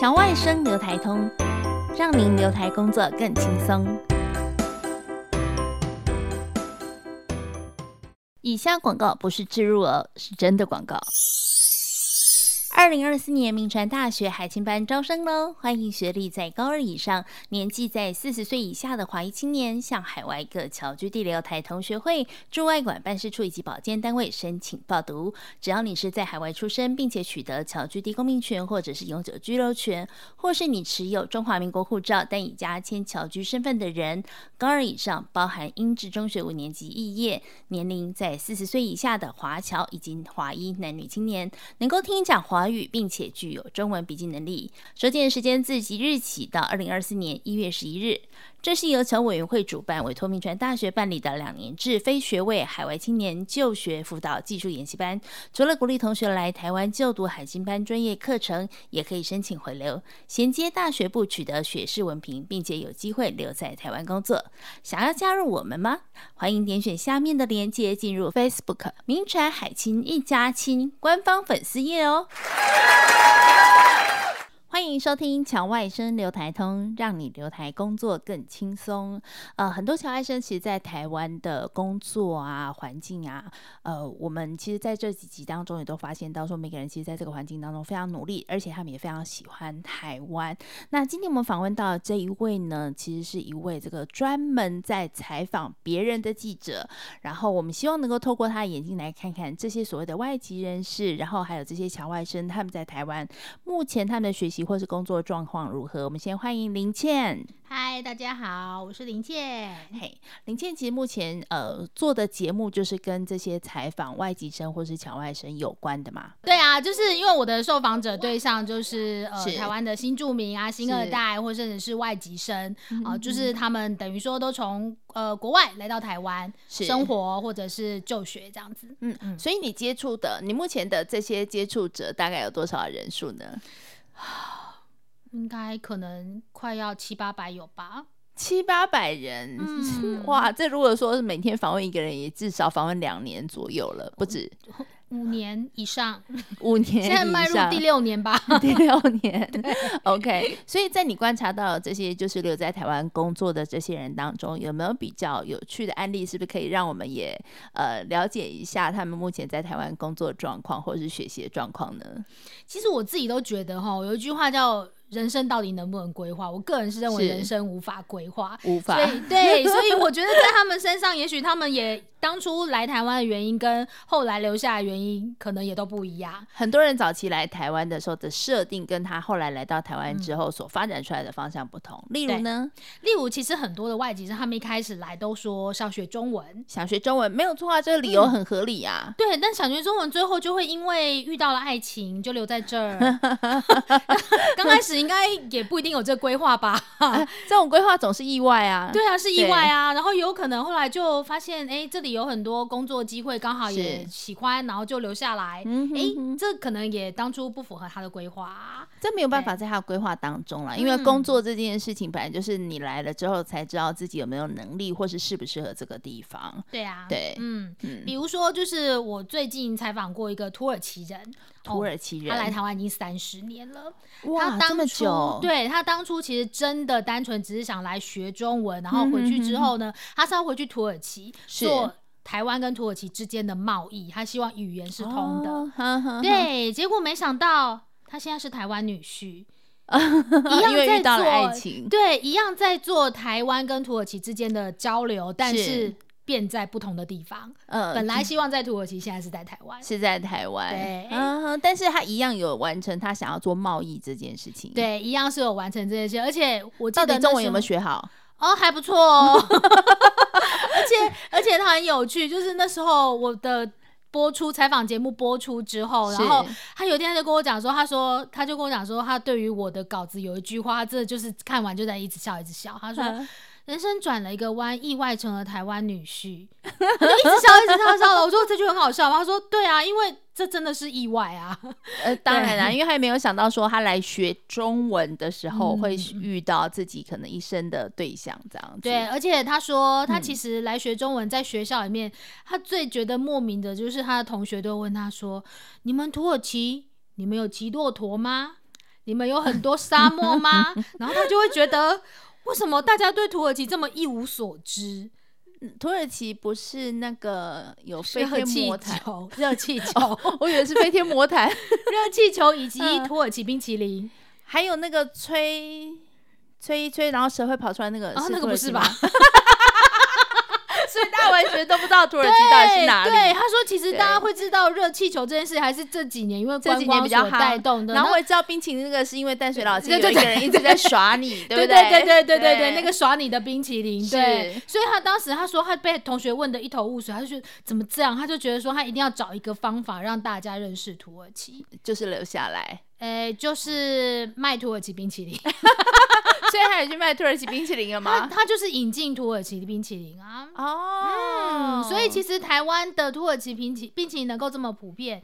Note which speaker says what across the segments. Speaker 1: 侨外生留台通，让您留台工作更轻松。以下广告不是植入额，是真的广告。二零二四年名传大学海青班招生喽！欢迎学历在高二以上、年纪在四十岁以下的华裔青年，向海外各侨居地留台同学会驻外馆办事处以及保健单位申请报读。只要你是在海外出生，并且取得侨居地公民权或者是永久居留权，或是你持有中华民国护照但已加签侨居身份的人，高二以上包含英制中学五年级肄业，年龄在四十岁以下的华侨以及华裔男女青年，能够听讲华。华语，并且具有中文笔记能力。收件时间自即日起到二零二四年一月十一日。这是由侨委员会主办、委托民传大学办理的两年制非学位海外青年就学辅导技术研习班。除了鼓励同学来台湾就读海经班专业课程，也可以申请回流，衔接大学部取得学士文凭，并且有机会留在台湾工作。想要加入我们吗？欢迎点选下面的链接进入 Facebook 民传海青一家亲官方粉丝页哦。欢迎收听侨外生留台通，让你留台工作更轻松。呃，很多侨外生其实，在台湾的工作啊、环境啊，呃，我们其实在这几集当中也都发现到，说每个人其实在这个环境当中非常努力，而且他们也非常喜欢台湾。那今天我们访问到这一位呢，其实是一位这个专门在采访别人的记者，然后我们希望能够透过他的眼睛来看看这些所谓的外籍人士，然后还有这些侨外生，他们在台湾目前他们的学习。或是工作状况如何？我们先欢迎林倩。
Speaker 2: 嗨，大家好，我是林倩。
Speaker 1: 嘿，林倩其实目前呃做的节目就是跟这些采访外籍生或是侨外生有关的嘛。
Speaker 2: 对啊，就是因为我的受访者对象就是呃台湾的新住民啊、新二代，或甚至是外籍生啊、呃，就是他们等于说都从呃国外来到台湾生活或者是就学这样子。
Speaker 1: 嗯嗯，所以你接触的，你目前的这些接触者大概有多少人数呢？
Speaker 2: 应该可能快要七八百有吧，
Speaker 1: 七八百人，嗯、哇！这如果说是每天访问一个人，也至少访问两年左右了，不止。
Speaker 2: 哦五年以上，
Speaker 1: 五年
Speaker 2: 现在迈入第六年吧，
Speaker 1: 第六年。OK，所以在你观察到这些就是留在台湾工作的这些人当中，有没有比较有趣的案例？是不是可以让我们也呃了解一下他们目前在台湾工作状况或者是学习状况呢？
Speaker 2: 其实我自己都觉得哈，有一句话叫。人生到底能不能规划？我个人是认为人生无法规划，
Speaker 1: 无法。
Speaker 2: 所以对，所以我觉得在他们身上，也许他们也当初来台湾的原因跟后来留下的原因，可能也都不一样。
Speaker 1: 很多人早期来台湾的时候的设定，跟他后来来到台湾之后所发展出来的方向不同。嗯、例如呢，
Speaker 2: 例如其实很多的外籍生，他们一开始来都说想学中文，
Speaker 1: 想学中文没有错啊，这个理由很合理啊。
Speaker 2: 嗯、对，但想学中文最后就会因为遇到了爱情就留在这 儿。刚开始。应该也不一定有这规划吧
Speaker 1: 啊，这种规划总是意外啊。
Speaker 2: 对啊，是意外啊。然后有可能后来就发现，哎、欸，这里有很多工作机会，刚好也喜欢，然后就留下来。哎、嗯欸，这可能也当初不符合他的规划、啊，
Speaker 1: 这没有办法在他的规划当中啦。因为工作这件事情本来就是你来了之后才知道自己有没有能力，或是适不适合这个地方。
Speaker 2: 对啊，
Speaker 1: 对，
Speaker 2: 嗯，嗯
Speaker 1: 哦
Speaker 2: 比如说就是我最近采访过一个土耳其人。
Speaker 1: 土耳其人，
Speaker 2: 哦、他来台湾已经三十年了。
Speaker 1: 哇，
Speaker 2: 他
Speaker 1: 当初
Speaker 2: 对他当初其实真的单纯只是想来学中文，然后回去之后呢，嗯、哼哼他是要回去土耳其做台湾跟土耳其之间的贸易，他希望语言是通的。哦、呵呵呵对，结果没想到他现在是台湾女 婿。
Speaker 1: 一
Speaker 2: 样在
Speaker 1: 做爱情，
Speaker 2: 对，一样在做台湾跟土耳其之间的交流，但是。变在不同的地方，嗯，本来希望在土耳其，现在是在台湾，
Speaker 1: 呃是在台湾，
Speaker 2: 对，
Speaker 1: 嗯，但是他一样有完成他想要做贸易这件事情，
Speaker 2: 对，一样是有完成这件事，而且我记
Speaker 1: 得中文有没有学好？
Speaker 2: 哦，还不错 哦，而且而且他很有趣，就是那时候我的。播出采访节目播出之
Speaker 1: 哦
Speaker 2: 后，然后他有一天他就跟我讲说，他说他就跟我讲说，他对于我的稿子有一句话，他真的就是看完就在一直笑一直笑。他说、嗯、人生转了一个弯，意外成了台湾女婿，就一直笑一直笑笑了。我说这句很好笑，他说对啊，因为。这真的是意外啊！
Speaker 1: 呃，当然啦、啊，因为他也没有想到说他来学中文的时候会遇到自己可能一生的嗯对象这样子。
Speaker 2: 对，而且他说
Speaker 1: 嗯
Speaker 2: 他其实来学中文，在学校里面，嗯、他最觉得莫名的就是他的同学都问他说：“你们土耳其，你们有骑骆驼吗？”你们有很多沙漠吗？ 然后他就会觉得，为什么大家对土耳其这么一无所知？
Speaker 1: 土耳其不是那个有飞
Speaker 2: 热
Speaker 1: 天
Speaker 2: 气
Speaker 1: 魔 毯，哦
Speaker 2: 球，热 气球，
Speaker 1: 我以为是飞天魔毯，
Speaker 2: 热气球以及
Speaker 1: 嗯
Speaker 2: 土耳其冰淇淋。
Speaker 1: 还有那个吹吹一吹，然后蛇会跑出来哦那个，
Speaker 2: 啊，那个
Speaker 1: 土耳
Speaker 2: 不
Speaker 1: 其
Speaker 2: 是吧
Speaker 1: 吗？？ 所以大家完全都不知道土耳其到底是哪
Speaker 2: 对，
Speaker 1: 里。
Speaker 2: 他说其实
Speaker 1: 对
Speaker 2: 大家会知道热气球这件事，还是这几年因为
Speaker 1: 这
Speaker 2: 观
Speaker 1: 几年
Speaker 2: 光
Speaker 1: 比较
Speaker 2: 所
Speaker 1: 夯
Speaker 2: 带动的。
Speaker 1: 然后
Speaker 2: 那
Speaker 1: 我也知道冰淇淋那个是因为淡水老师有
Speaker 2: 对
Speaker 1: 一
Speaker 2: 对
Speaker 1: 个
Speaker 2: 对
Speaker 1: 人一直在耍 你，对
Speaker 2: 对
Speaker 1: 不
Speaker 2: 对对
Speaker 1: 对
Speaker 2: 对对对对，那个耍你的冰淇淋，对
Speaker 1: 是，
Speaker 2: 所以他当时他说他被同学问的一头雾水，他就觉得怎么这样，他就觉得说他一定要找一个方法让大家认识土耳其，
Speaker 1: 就是留下来。
Speaker 2: 诶，哎就是卖土耳其冰淇淋，
Speaker 1: 所以他也去卖土耳其冰淇淋了
Speaker 2: 他
Speaker 1: 吗？
Speaker 2: 他就是引进土耳其的冰淇淋啊，
Speaker 1: 哦
Speaker 2: 嗯，所以其实台湾的土耳其冰淇冰淇淋能够这么普遍。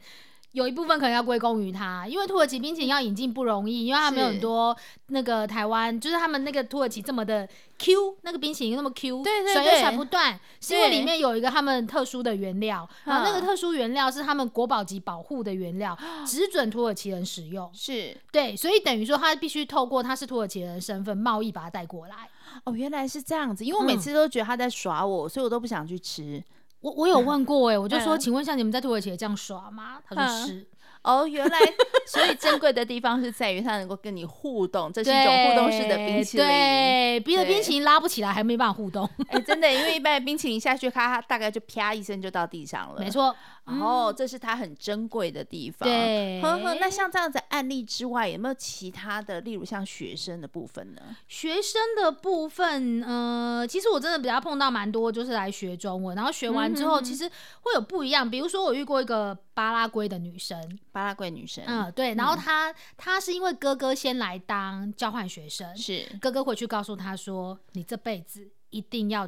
Speaker 2: 有一部分可能要归功于它，因为土耳其冰淇淋要引进不容易，因为他们有
Speaker 1: 是
Speaker 2: 很多那个台湾，就是他们那个土耳其这么的 Q，那个冰淇淋那么 Q，
Speaker 1: 对对
Speaker 2: 甩又
Speaker 1: 对
Speaker 2: 甩不断，是因为
Speaker 1: 对嗯
Speaker 2: 里面有一个他们特殊的原料，然后那个特殊原料是他们国宝级保护的 原料，只准土耳其人使用。
Speaker 1: 是
Speaker 2: 对，所以等于说他必须透过他是土耳其人的身份贸易把它带过来。
Speaker 1: 哦，原来是这样子，因为我每
Speaker 2: 嗯
Speaker 1: 次都觉得他在耍我，所以我都不想去吃。
Speaker 2: 我我有问过哎、我就说，
Speaker 1: 嗯
Speaker 2: 请问一下，你们在土耳其也这样耍吗？他说
Speaker 1: 嗯
Speaker 2: 是，
Speaker 1: 哦，原来 所以珍贵的地方是在于它能够跟你互动，这是
Speaker 2: 对，
Speaker 1: 一种互动式的冰淇淋。
Speaker 2: 对，别的
Speaker 1: 对
Speaker 2: 冰淇淋拉不起来，还没办法互动，
Speaker 1: 哎、真的，因为一般的冰淇淋下去，咔，它大概就啪一声就到地上了。
Speaker 2: 没。错，
Speaker 1: 然后这是它很珍贵的地方。。
Speaker 2: 对。
Speaker 1: 呵呵，那像这样子案例之外，有没有其他的？例如像学生的部分呢？
Speaker 2: 学生的部分，呃，其实我真的比较碰到蛮多，就是来学中文，然后学完之后，
Speaker 1: 嗯
Speaker 2: 其实会有不一样。比如说，我遇过一个巴拉圭的女生，
Speaker 1: 巴拉圭女生，
Speaker 2: 嗯，对，然后她她是因为哥哥先来当交换学生，
Speaker 1: 是
Speaker 2: 哥哥回去告诉她说：“你这辈子一定要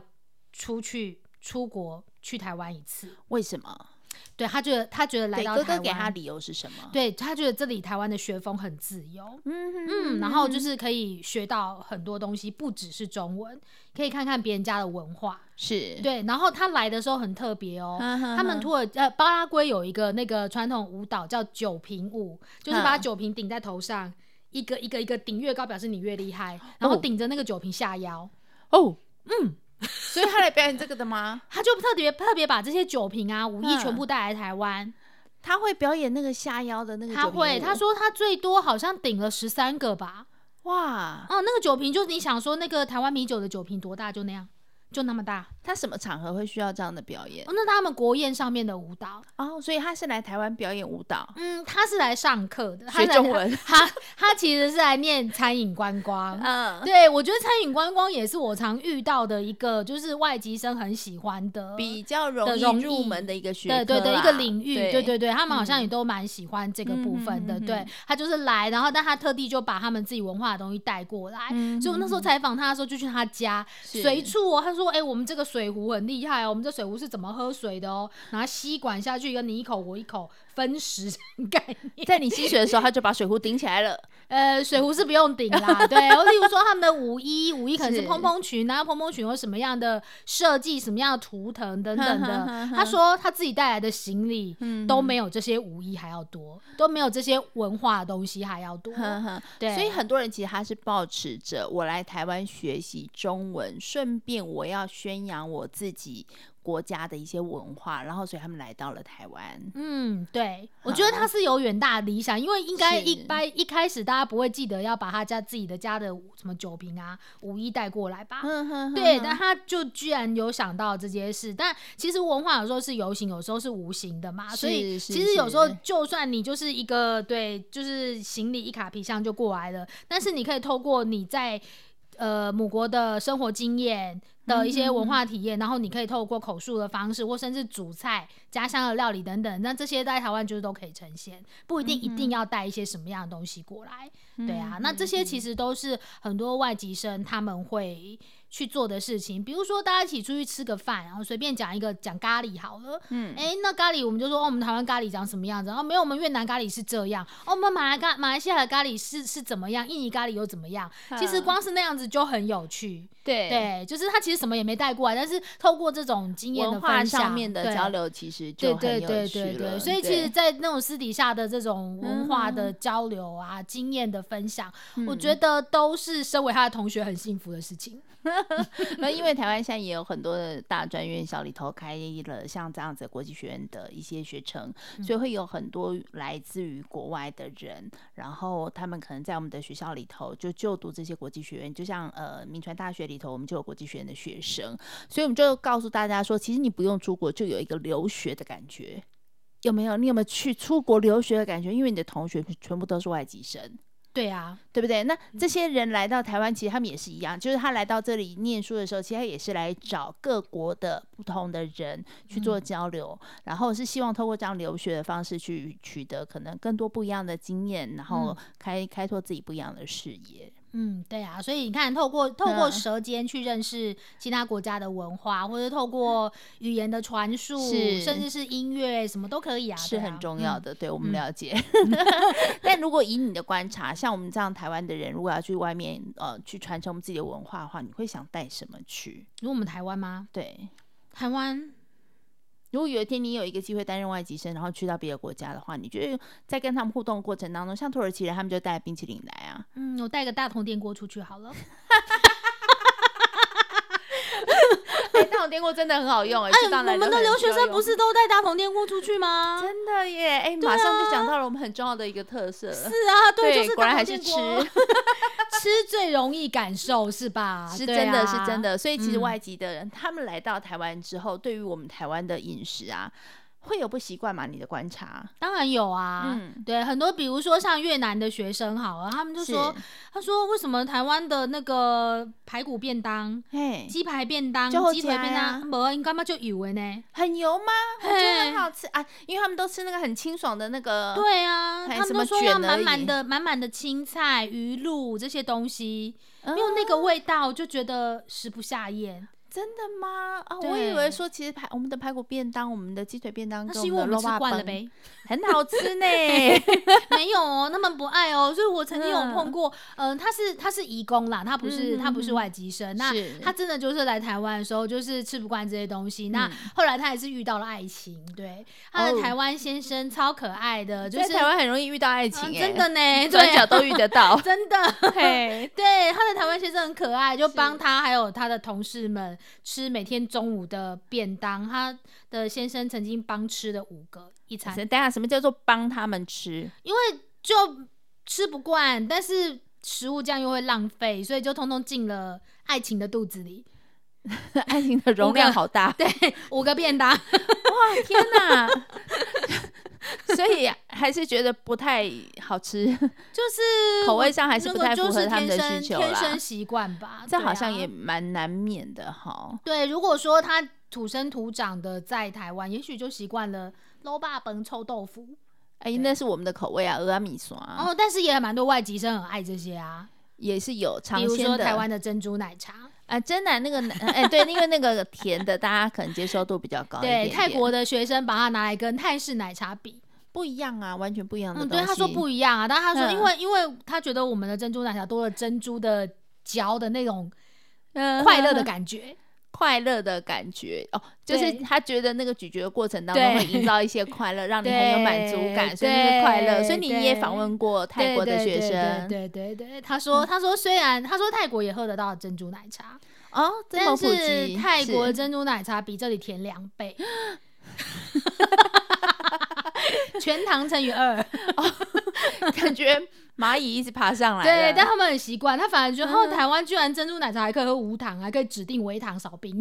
Speaker 2: 出去出国去台湾一次。”
Speaker 1: 为什么？
Speaker 2: 对他觉得他觉得来
Speaker 1: 对，
Speaker 2: 到
Speaker 1: 哥
Speaker 2: 台
Speaker 1: 哥给他
Speaker 2: 湾
Speaker 1: 理由是什么？，
Speaker 2: 对他觉得这里台湾的学风很自由，
Speaker 1: 嗯
Speaker 2: 嗯，然后就是可以学到很多东西，不只是中文，可以看看别人家的文化。
Speaker 1: 是，
Speaker 2: 对，然后他来的时候很特别哦，
Speaker 1: 哼哼
Speaker 2: 他们
Speaker 1: 哼
Speaker 2: 土耳呃巴拉圭有一个那个传统舞蹈叫酒瓶舞，就是把
Speaker 1: 嗯
Speaker 2: 酒瓶顶在头上。一个一个一个顶越高，表示你越厉害，然后
Speaker 1: 哦
Speaker 2: 顶着那个酒瓶下腰，
Speaker 1: 哦，嗯， 所以他来表演这个的吗？
Speaker 2: 他就特别特别把这些酒瓶啊、舞艺全
Speaker 1: 嗯
Speaker 2: 部带来台湾，
Speaker 1: 他会表演那个下腰的那个酒
Speaker 2: 他
Speaker 1: 瓶舞，
Speaker 2: 会，他说他最多好像顶了十三个吧。
Speaker 1: 哇，
Speaker 2: 哦，那个酒瓶就是你想说那个台湾米酒的酒瓶多大，就那样，就那么大。
Speaker 1: 他什么场合会需要这样的表演
Speaker 2: 哦，？那他们国宴上面的舞蹈，
Speaker 1: 哦，所以他是来台湾表演舞蹈，
Speaker 2: 嗯，他是来上课的，他
Speaker 1: 学
Speaker 2: 来
Speaker 1: 中文
Speaker 2: 他他其实是来念餐饮观光。
Speaker 1: 嗯，
Speaker 2: 对，我觉得餐饮观光也是我常遇到的一个，就是外籍生很喜欢的，
Speaker 1: 比较容
Speaker 2: 的
Speaker 1: 易
Speaker 2: 容
Speaker 1: 入
Speaker 2: 易
Speaker 1: 门的一个学科
Speaker 2: 对对对，
Speaker 1: 啦
Speaker 2: 一个领域，对
Speaker 1: 对嗯
Speaker 2: 对对，他们好像也都蛮喜欢这个部分的。
Speaker 1: 嗯嗯嗯嗯
Speaker 2: 对他就是来，然后但他特地就把他们自己文化的东西带过来。
Speaker 1: 嗯
Speaker 2: 所以我那时候采访他的时候，就去他家
Speaker 1: 是
Speaker 2: 水处哦，他说：“哎、我们这个水壶很厉害哦，我们这水壶是怎么喝水的哦？拿吸管下去，一个你一口我一口，分食这种 概念。
Speaker 1: 在你吸水的时候，他就把水壶顶起来 了。
Speaker 2: 呃，水壶是不用顶 啦，对。我例如说他们的舞衣，舞衣可能是
Speaker 1: 是
Speaker 2: 蓬蓬裙，啊然后蓬蓬裙有什么样的设计，什么样的图腾等等
Speaker 1: 哼哼
Speaker 2: 的。
Speaker 1: 哼
Speaker 2: 他说他自己带来的行李
Speaker 1: 嗯
Speaker 2: 都没有这些舞衣还要多，都没有这些文化的东西还要多。
Speaker 1: 呵呵
Speaker 2: 对
Speaker 1: 所以很多人其实他是保持着我来台湾学习中文，顺便我要宣扬我自己国家的一些文化，然后所以他们来到了台湾。
Speaker 2: 嗯，对，我觉得他是有远大的理想，因为应该
Speaker 1: 是
Speaker 2: 一般一开始大家不会记得要把他家自己的家的什么酒瓶啊、五衣带过来吧。
Speaker 1: 哼嗯哼
Speaker 2: 对，
Speaker 1: 哼
Speaker 2: 但他就居然有想到这些事，但其实文化有时候是有形，有时候是无形的嘛，所以
Speaker 1: 是是
Speaker 2: 其实有时候
Speaker 1: 是
Speaker 2: 就算你就是一个对，就是行李一卡皮箱就过来了，但是你可以透过你在呃母国的生活经验
Speaker 1: 嗯
Speaker 2: 的一些文化体验，然后你可以透过口述的方式，或甚至煮菜、家乡的料理等等，那这些在台湾就是都可以呈现，不一定一
Speaker 1: 嗯
Speaker 2: 定要带一些什么样的东西过来。对啊，那这
Speaker 1: 嗯
Speaker 2: 些其实都是很多外籍生他们会去做的事情，比如说大家一起出去吃个饭，然后随便讲一个讲咖喱好了，
Speaker 1: 嗯，
Speaker 2: 哎、那咖喱我们就说哦，我们台湾咖喱长什么样子？哦，没有，我们越南咖喱是这样，哦，我们马来咖马来西亚的咖喱是是怎么样，印尼咖喱又怎么样？其实
Speaker 1: 嗯
Speaker 2: 光是那样子就很有趣，
Speaker 1: 对
Speaker 2: 对，就是他其实什么也没带过啊来，但是透过这种经验的
Speaker 1: 文化
Speaker 2: 分享
Speaker 1: 上面的
Speaker 2: 对
Speaker 1: 交流其实
Speaker 2: 对
Speaker 1: 就很
Speaker 2: 对
Speaker 1: 有
Speaker 2: 对
Speaker 1: 趣
Speaker 2: 对
Speaker 1: 了。嗯
Speaker 2: 对，所以其实，在那种私底下的这种文化的交流啊、经验的分享，我
Speaker 1: 嗯
Speaker 2: 觉得都是身为他的同学很幸福的事情。
Speaker 1: 那因为台湾现在也有很多的大专院校里头开了像这样子的国际学院的一些学程，所以会有很多来自于国外的人，然后他们可能在我们的学校里头就就读这些国际学院，就像呃民传大学里头我们就有国际学院的学生，所以我们就告诉大家说，其实你不用出国就有一个留学的感觉。有没有？你有没有去出国留学的感觉？因为你的同学全部都是外籍生，
Speaker 2: 对啊，
Speaker 1: 对不对？那这些人来到台湾，其实他们也是一样，就是他来到这里念书的时候，其实他也是来找各国的不同的人去做
Speaker 2: 嗯
Speaker 1: 交流，然后是希望透过这样留学的方式去取得可能更多不一样的经验，然后开、开拓自己不一样的视野。
Speaker 2: 嗯，对啊，所以你看，透过透过
Speaker 1: 嗯
Speaker 2: 舌尖去认识其他国家的文化，或者透过语言的传输，
Speaker 1: 是
Speaker 2: 甚至是音乐，什么都可以啊，
Speaker 1: 是
Speaker 2: 对啊
Speaker 1: 很重要
Speaker 2: 嗯
Speaker 1: 的，对我们了 解。但如果以你的观察，像我们这样台湾的人，如果要去外面呃去传承我们自己的文化的话，你会想带什么去？
Speaker 2: 如果我们台湾吗？
Speaker 1: 对，
Speaker 2: 台湾
Speaker 1: 如果有一天你有一个机会担任外籍生，然后去到别的国家的话，你觉得在跟他们互动过程当中，像土耳其人他们就带冰淇淋来啊，
Speaker 2: 嗯，我带个大铜电锅出去好了。
Speaker 1: 哎，大红电锅真的很好用哎、
Speaker 2: 哎
Speaker 1: 去，到哪
Speaker 2: 我
Speaker 1: 里
Speaker 2: 们
Speaker 1: 都
Speaker 2: 的
Speaker 1: 很
Speaker 2: 留学
Speaker 1: 有
Speaker 2: 生
Speaker 1: 用
Speaker 2: 不是都带大铜电锅出去吗？
Speaker 1: 真的耶，哎、马上就讲到了我们很重要的一个特色了，
Speaker 2: 是啊，
Speaker 1: 对
Speaker 2: 就是
Speaker 1: 果然
Speaker 2: 大
Speaker 1: 还
Speaker 2: 铜
Speaker 1: 是
Speaker 2: 电锅
Speaker 1: 吃
Speaker 2: 吃最容易感受是吧？
Speaker 1: 是
Speaker 2: 对
Speaker 1: 真的，
Speaker 2: 啊
Speaker 1: 是真。的。所以其实
Speaker 2: 嗯
Speaker 1: 外籍的人、他们来到台湾之后，对于我们台湾的饮食啊，会有不习惯嘛？你的观察，
Speaker 2: 当然有啊，
Speaker 1: 嗯
Speaker 2: 对，很多比如说像越南的学生好了，他们就说
Speaker 1: 是，
Speaker 2: 他说为什么台湾的那个排骨便当、
Speaker 1: 嘿，
Speaker 2: 鸡排便当、
Speaker 1: 就有
Speaker 2: 鸡腿
Speaker 1: 吃
Speaker 2: 便
Speaker 1: 啊
Speaker 2: 当，没应该嘛就以为呢？
Speaker 1: 很油吗？我觉得很
Speaker 2: 嘿
Speaker 1: 好吃啊，因为他们都吃那个很清爽的那个，
Speaker 2: 对啊，
Speaker 1: 呃还
Speaker 2: 他们
Speaker 1: 什
Speaker 2: 都
Speaker 1: 么
Speaker 2: 说
Speaker 1: 卷
Speaker 2: 要满
Speaker 1: 而已
Speaker 2: 满的、满满的青菜、鱼露这些东西，
Speaker 1: 嗯
Speaker 2: 没有那个味道就觉得食不下咽。
Speaker 1: 真的吗？啊、
Speaker 2: 对
Speaker 1: 我以为说其实排我们的排骨便当、我们的鸡腿便当
Speaker 2: 那
Speaker 1: 跟
Speaker 2: 是因为
Speaker 1: 们的
Speaker 2: 我们
Speaker 1: 肉
Speaker 2: 吃
Speaker 1: 霸
Speaker 2: 惯了
Speaker 1: 饭
Speaker 2: 呗，
Speaker 1: 很好吃呢。
Speaker 2: 没有哦，他们不爱哦，所以我曾经有
Speaker 1: 嗯
Speaker 2: 碰过，嗯、他是他是移工啦，他不是、
Speaker 1: 嗯
Speaker 2: 他不是外籍生， 那
Speaker 1: 是
Speaker 2: 他真的就是来台湾的时候就是吃不惯这些东西，那后来他也是遇到了爱情，对，他
Speaker 1: 嗯哦
Speaker 2: 的台湾先生超可爱的，就
Speaker 1: 在
Speaker 2: 是
Speaker 1: 台湾很容易遇到爱情、
Speaker 2: 嗯
Speaker 1: 哎、
Speaker 2: 真的呢，
Speaker 1: 转角
Speaker 2: 对，。
Speaker 1: 都遇得 到
Speaker 2: 真的。
Speaker 1: 嘿，
Speaker 2: 对，他的台湾先生很可爱，就是帮他还有他的同事们吃每天中午的便当。他的先生曾经帮吃了五个一餐，
Speaker 1: 等一下，什么叫做帮他们吃？
Speaker 2: 因为就吃不惯，但是食物这样又会浪费，所以就通通进了爱情的肚子里。
Speaker 1: 爱情的容量好大，
Speaker 2: 对，五个便当，
Speaker 1: 天哪！ 所以还是觉得不太好吃，
Speaker 2: 就 是
Speaker 1: 口味
Speaker 2: 我
Speaker 1: 上还是
Speaker 2: 那
Speaker 1: 不
Speaker 2: 个
Speaker 1: 太符
Speaker 2: 就是
Speaker 1: 合他们的
Speaker 2: 天生
Speaker 1: 需求
Speaker 2: 天
Speaker 1: 啦
Speaker 2: 生。习惯吧，
Speaker 1: 这
Speaker 2: 对
Speaker 1: 好像
Speaker 2: 啊
Speaker 1: 也蛮难免的哈。
Speaker 2: 对，如果说他土生土长的在台湾，也许就习惯了捞霸本臭豆腐。
Speaker 1: 哎、那是我们的口味啊，俄阿米索啊，
Speaker 2: 哦，但是也蛮多外籍生很爱这些啊，
Speaker 1: 也是有尝
Speaker 2: 比如
Speaker 1: 鲜
Speaker 2: 说
Speaker 1: 的。
Speaker 2: 台湾的珍珠奶茶，
Speaker 1: 啊，真的啊、那个奶哎、对，因为那个甜的，大家可能接受度比较高一点
Speaker 2: 对，泰
Speaker 1: 点
Speaker 2: 国的学生把它拿来跟泰式奶茶比，
Speaker 1: 不一样啊，完全不一样的
Speaker 2: 嗯，
Speaker 1: 东西。
Speaker 2: 对，他说不一样啊，但他说
Speaker 1: 嗯
Speaker 2: 因为、因为他觉得我们的珍珠奶茶多了珍珠的嚼的那种
Speaker 1: 嗯
Speaker 2: 快乐的感觉，
Speaker 1: 快乐的感觉哦，就是
Speaker 2: 对
Speaker 1: 他觉得那个咀嚼的过程当中
Speaker 2: 对
Speaker 1: 会营造一些快乐，让你很有满足感，
Speaker 2: 对
Speaker 1: 所以就是快乐。
Speaker 2: 对
Speaker 1: 所以你也
Speaker 2: 对
Speaker 1: 访问过嗯泰国的
Speaker 2: 对
Speaker 1: 学
Speaker 2: 对
Speaker 1: 生
Speaker 2: 对对对对，他说他说虽然他说泰国也喝得到珍珠奶茶，
Speaker 1: 哦，这么
Speaker 2: 但
Speaker 1: 普及
Speaker 2: 是泰国
Speaker 1: 是
Speaker 2: 珍珠奶茶比这里甜两 倍，全糖乘 以二。
Speaker 1: 感觉 蚂蚁一直爬上来了，
Speaker 2: 对，但他们很习惯，他反而觉得、
Speaker 1: 嗯
Speaker 2: 哦，台湾居然珍珠奶茶还可以喝无糖，还可以指定微糖少冰。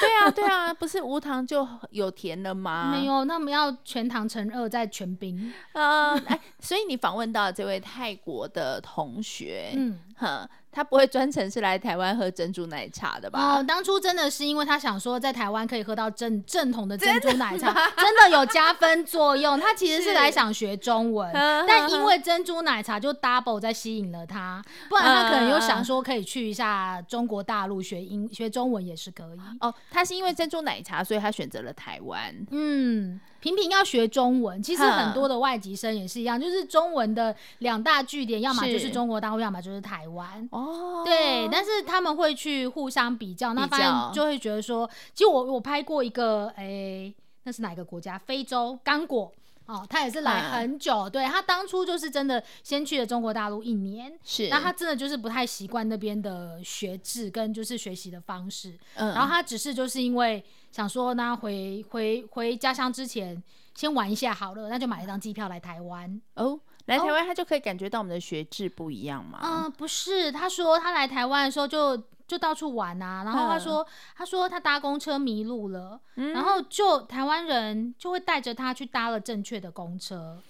Speaker 1: 对啊对啊，不是无糖就有甜了吗？
Speaker 2: 没有，那我们要全糖乘二再全冰。
Speaker 1: 啊， 哎，所以你访问到这位泰国的同学，
Speaker 2: 嗯，
Speaker 1: 哼，他不会专程是来台湾喝珍珠奶茶的吧？
Speaker 2: 哦，当初真的是因为他想说在台湾可以喝到正正统的珍珠奶茶，真的有加分作用。他其实
Speaker 1: 是
Speaker 2: 是来想学 中文，但因为珍珠奶茶就 double 在吸引了他，不然他可能又想说可以去一下中国大陆学英学中文也是可以。
Speaker 1: 哦，他是因为珍珠奶茶，所以他选择了台湾。
Speaker 2: 嗯，频频要学中文。其实
Speaker 1: 哼
Speaker 2: 很多的外籍生也是一样，就是中文的两大据点，要么就是是中国大陆，要么就是台湾。
Speaker 1: 哦，
Speaker 2: 对，但是他们会去互相比较，那
Speaker 1: 比
Speaker 2: 发
Speaker 1: 较
Speaker 2: 现就会觉得说，其实我我拍过一个，诶，那是哪一个国家？非洲刚果哦，他也是来
Speaker 1: 啊
Speaker 2: 很久，对他当初就是真的先去了中国大陆一年，
Speaker 1: 是，
Speaker 2: 那他真的就是不太习惯那边的学制跟就是学习的方式，
Speaker 1: 嗯，
Speaker 2: 然后他只是就是因为想说，那回回回家乡之前先玩一下好了，那就买了一张机票来台湾。
Speaker 1: 哦，来
Speaker 2: 哦
Speaker 1: 台湾他就可以感觉到我们的学制不一样嘛，
Speaker 2: 嗯，不是，他说他来台湾的时候就就到处玩啊，然后他
Speaker 1: 嗯
Speaker 2: 说他说他搭公车迷路了，
Speaker 1: 嗯
Speaker 2: 然后就台湾人就会带着他去搭了正确的公车，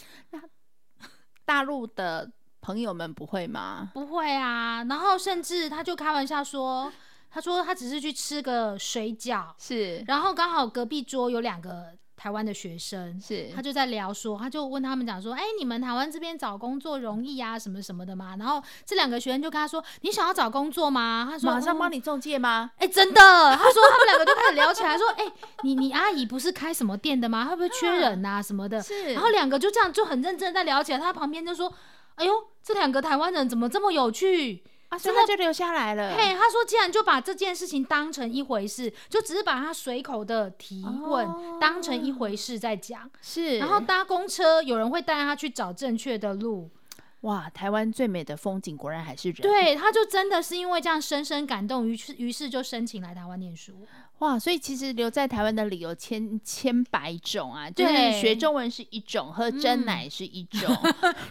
Speaker 1: 大陆的朋友们不会吗？
Speaker 2: 不会啊，然后甚至他就开玩笑说，他说他只是去吃个水饺，
Speaker 1: 是
Speaker 2: 然后刚好隔壁桌有两个台湾的学生，
Speaker 1: 是
Speaker 2: 他，就在聊说，他就问他们讲说，哎、你们台湾这边找工作容易啊，什么什么的嘛。然后这两个学生就跟他说，你想要找工作吗？他说哦
Speaker 1: 马上帮
Speaker 2: 你。
Speaker 1: 你中介吗？
Speaker 2: 哎、真的，他说他们两个就开始聊起来，说，哎、你你阿姨不是开什么店的吗？会不会缺人啊什么的？
Speaker 1: 是，
Speaker 2: 然后两个就这样就很认真地在聊起来，他旁边就说，哎呦，这两个台湾人怎么这么有趣？
Speaker 1: 啊，所以
Speaker 2: 真的
Speaker 1: 他就留下来了。
Speaker 2: 嘿，他说，既然就把这件事情当成一回事，就只是把他随口的提问、
Speaker 1: 哦
Speaker 2: 当成一回事在讲。
Speaker 1: 是，
Speaker 2: 然后搭公车，有人会带他去找正确的路。
Speaker 1: 哇，台湾最美的风景果然还是人。，
Speaker 2: 对，他就真的是因为这样深深感动，于是于是就申请来台湾念书。
Speaker 1: 哇，所以其实留在台湾的理由千千百种啊，就是
Speaker 2: 对嗯
Speaker 1: 学中文是一种，喝真奶是一 种。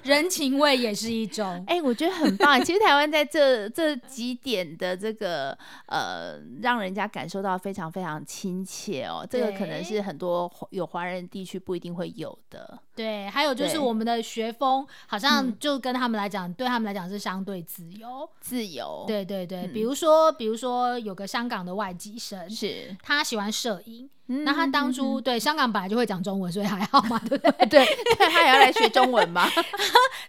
Speaker 2: 人情味也是一种。
Speaker 1: 哎、我觉得很棒。其实台湾在这这几点的这个呃，让人家感受到非常非常亲切哦。这个可能
Speaker 2: 对
Speaker 1: 是很多华有华人地区不一定会有的。
Speaker 2: 对，还有就是
Speaker 1: 对嗯
Speaker 2: 我们的学风，好像就跟他们来讲，对他们来讲是相对自由。
Speaker 1: 自由，，
Speaker 2: 对对对，比
Speaker 1: 哦嗯
Speaker 2: 如说，比如说有个香港的外籍生，
Speaker 1: 是。
Speaker 2: 他喜欢摄影，
Speaker 1: 嗯
Speaker 2: 那他当初对香港本来就会讲中文，所以还好嘛，对不 对？
Speaker 1: 对，他还要来学中文 吗？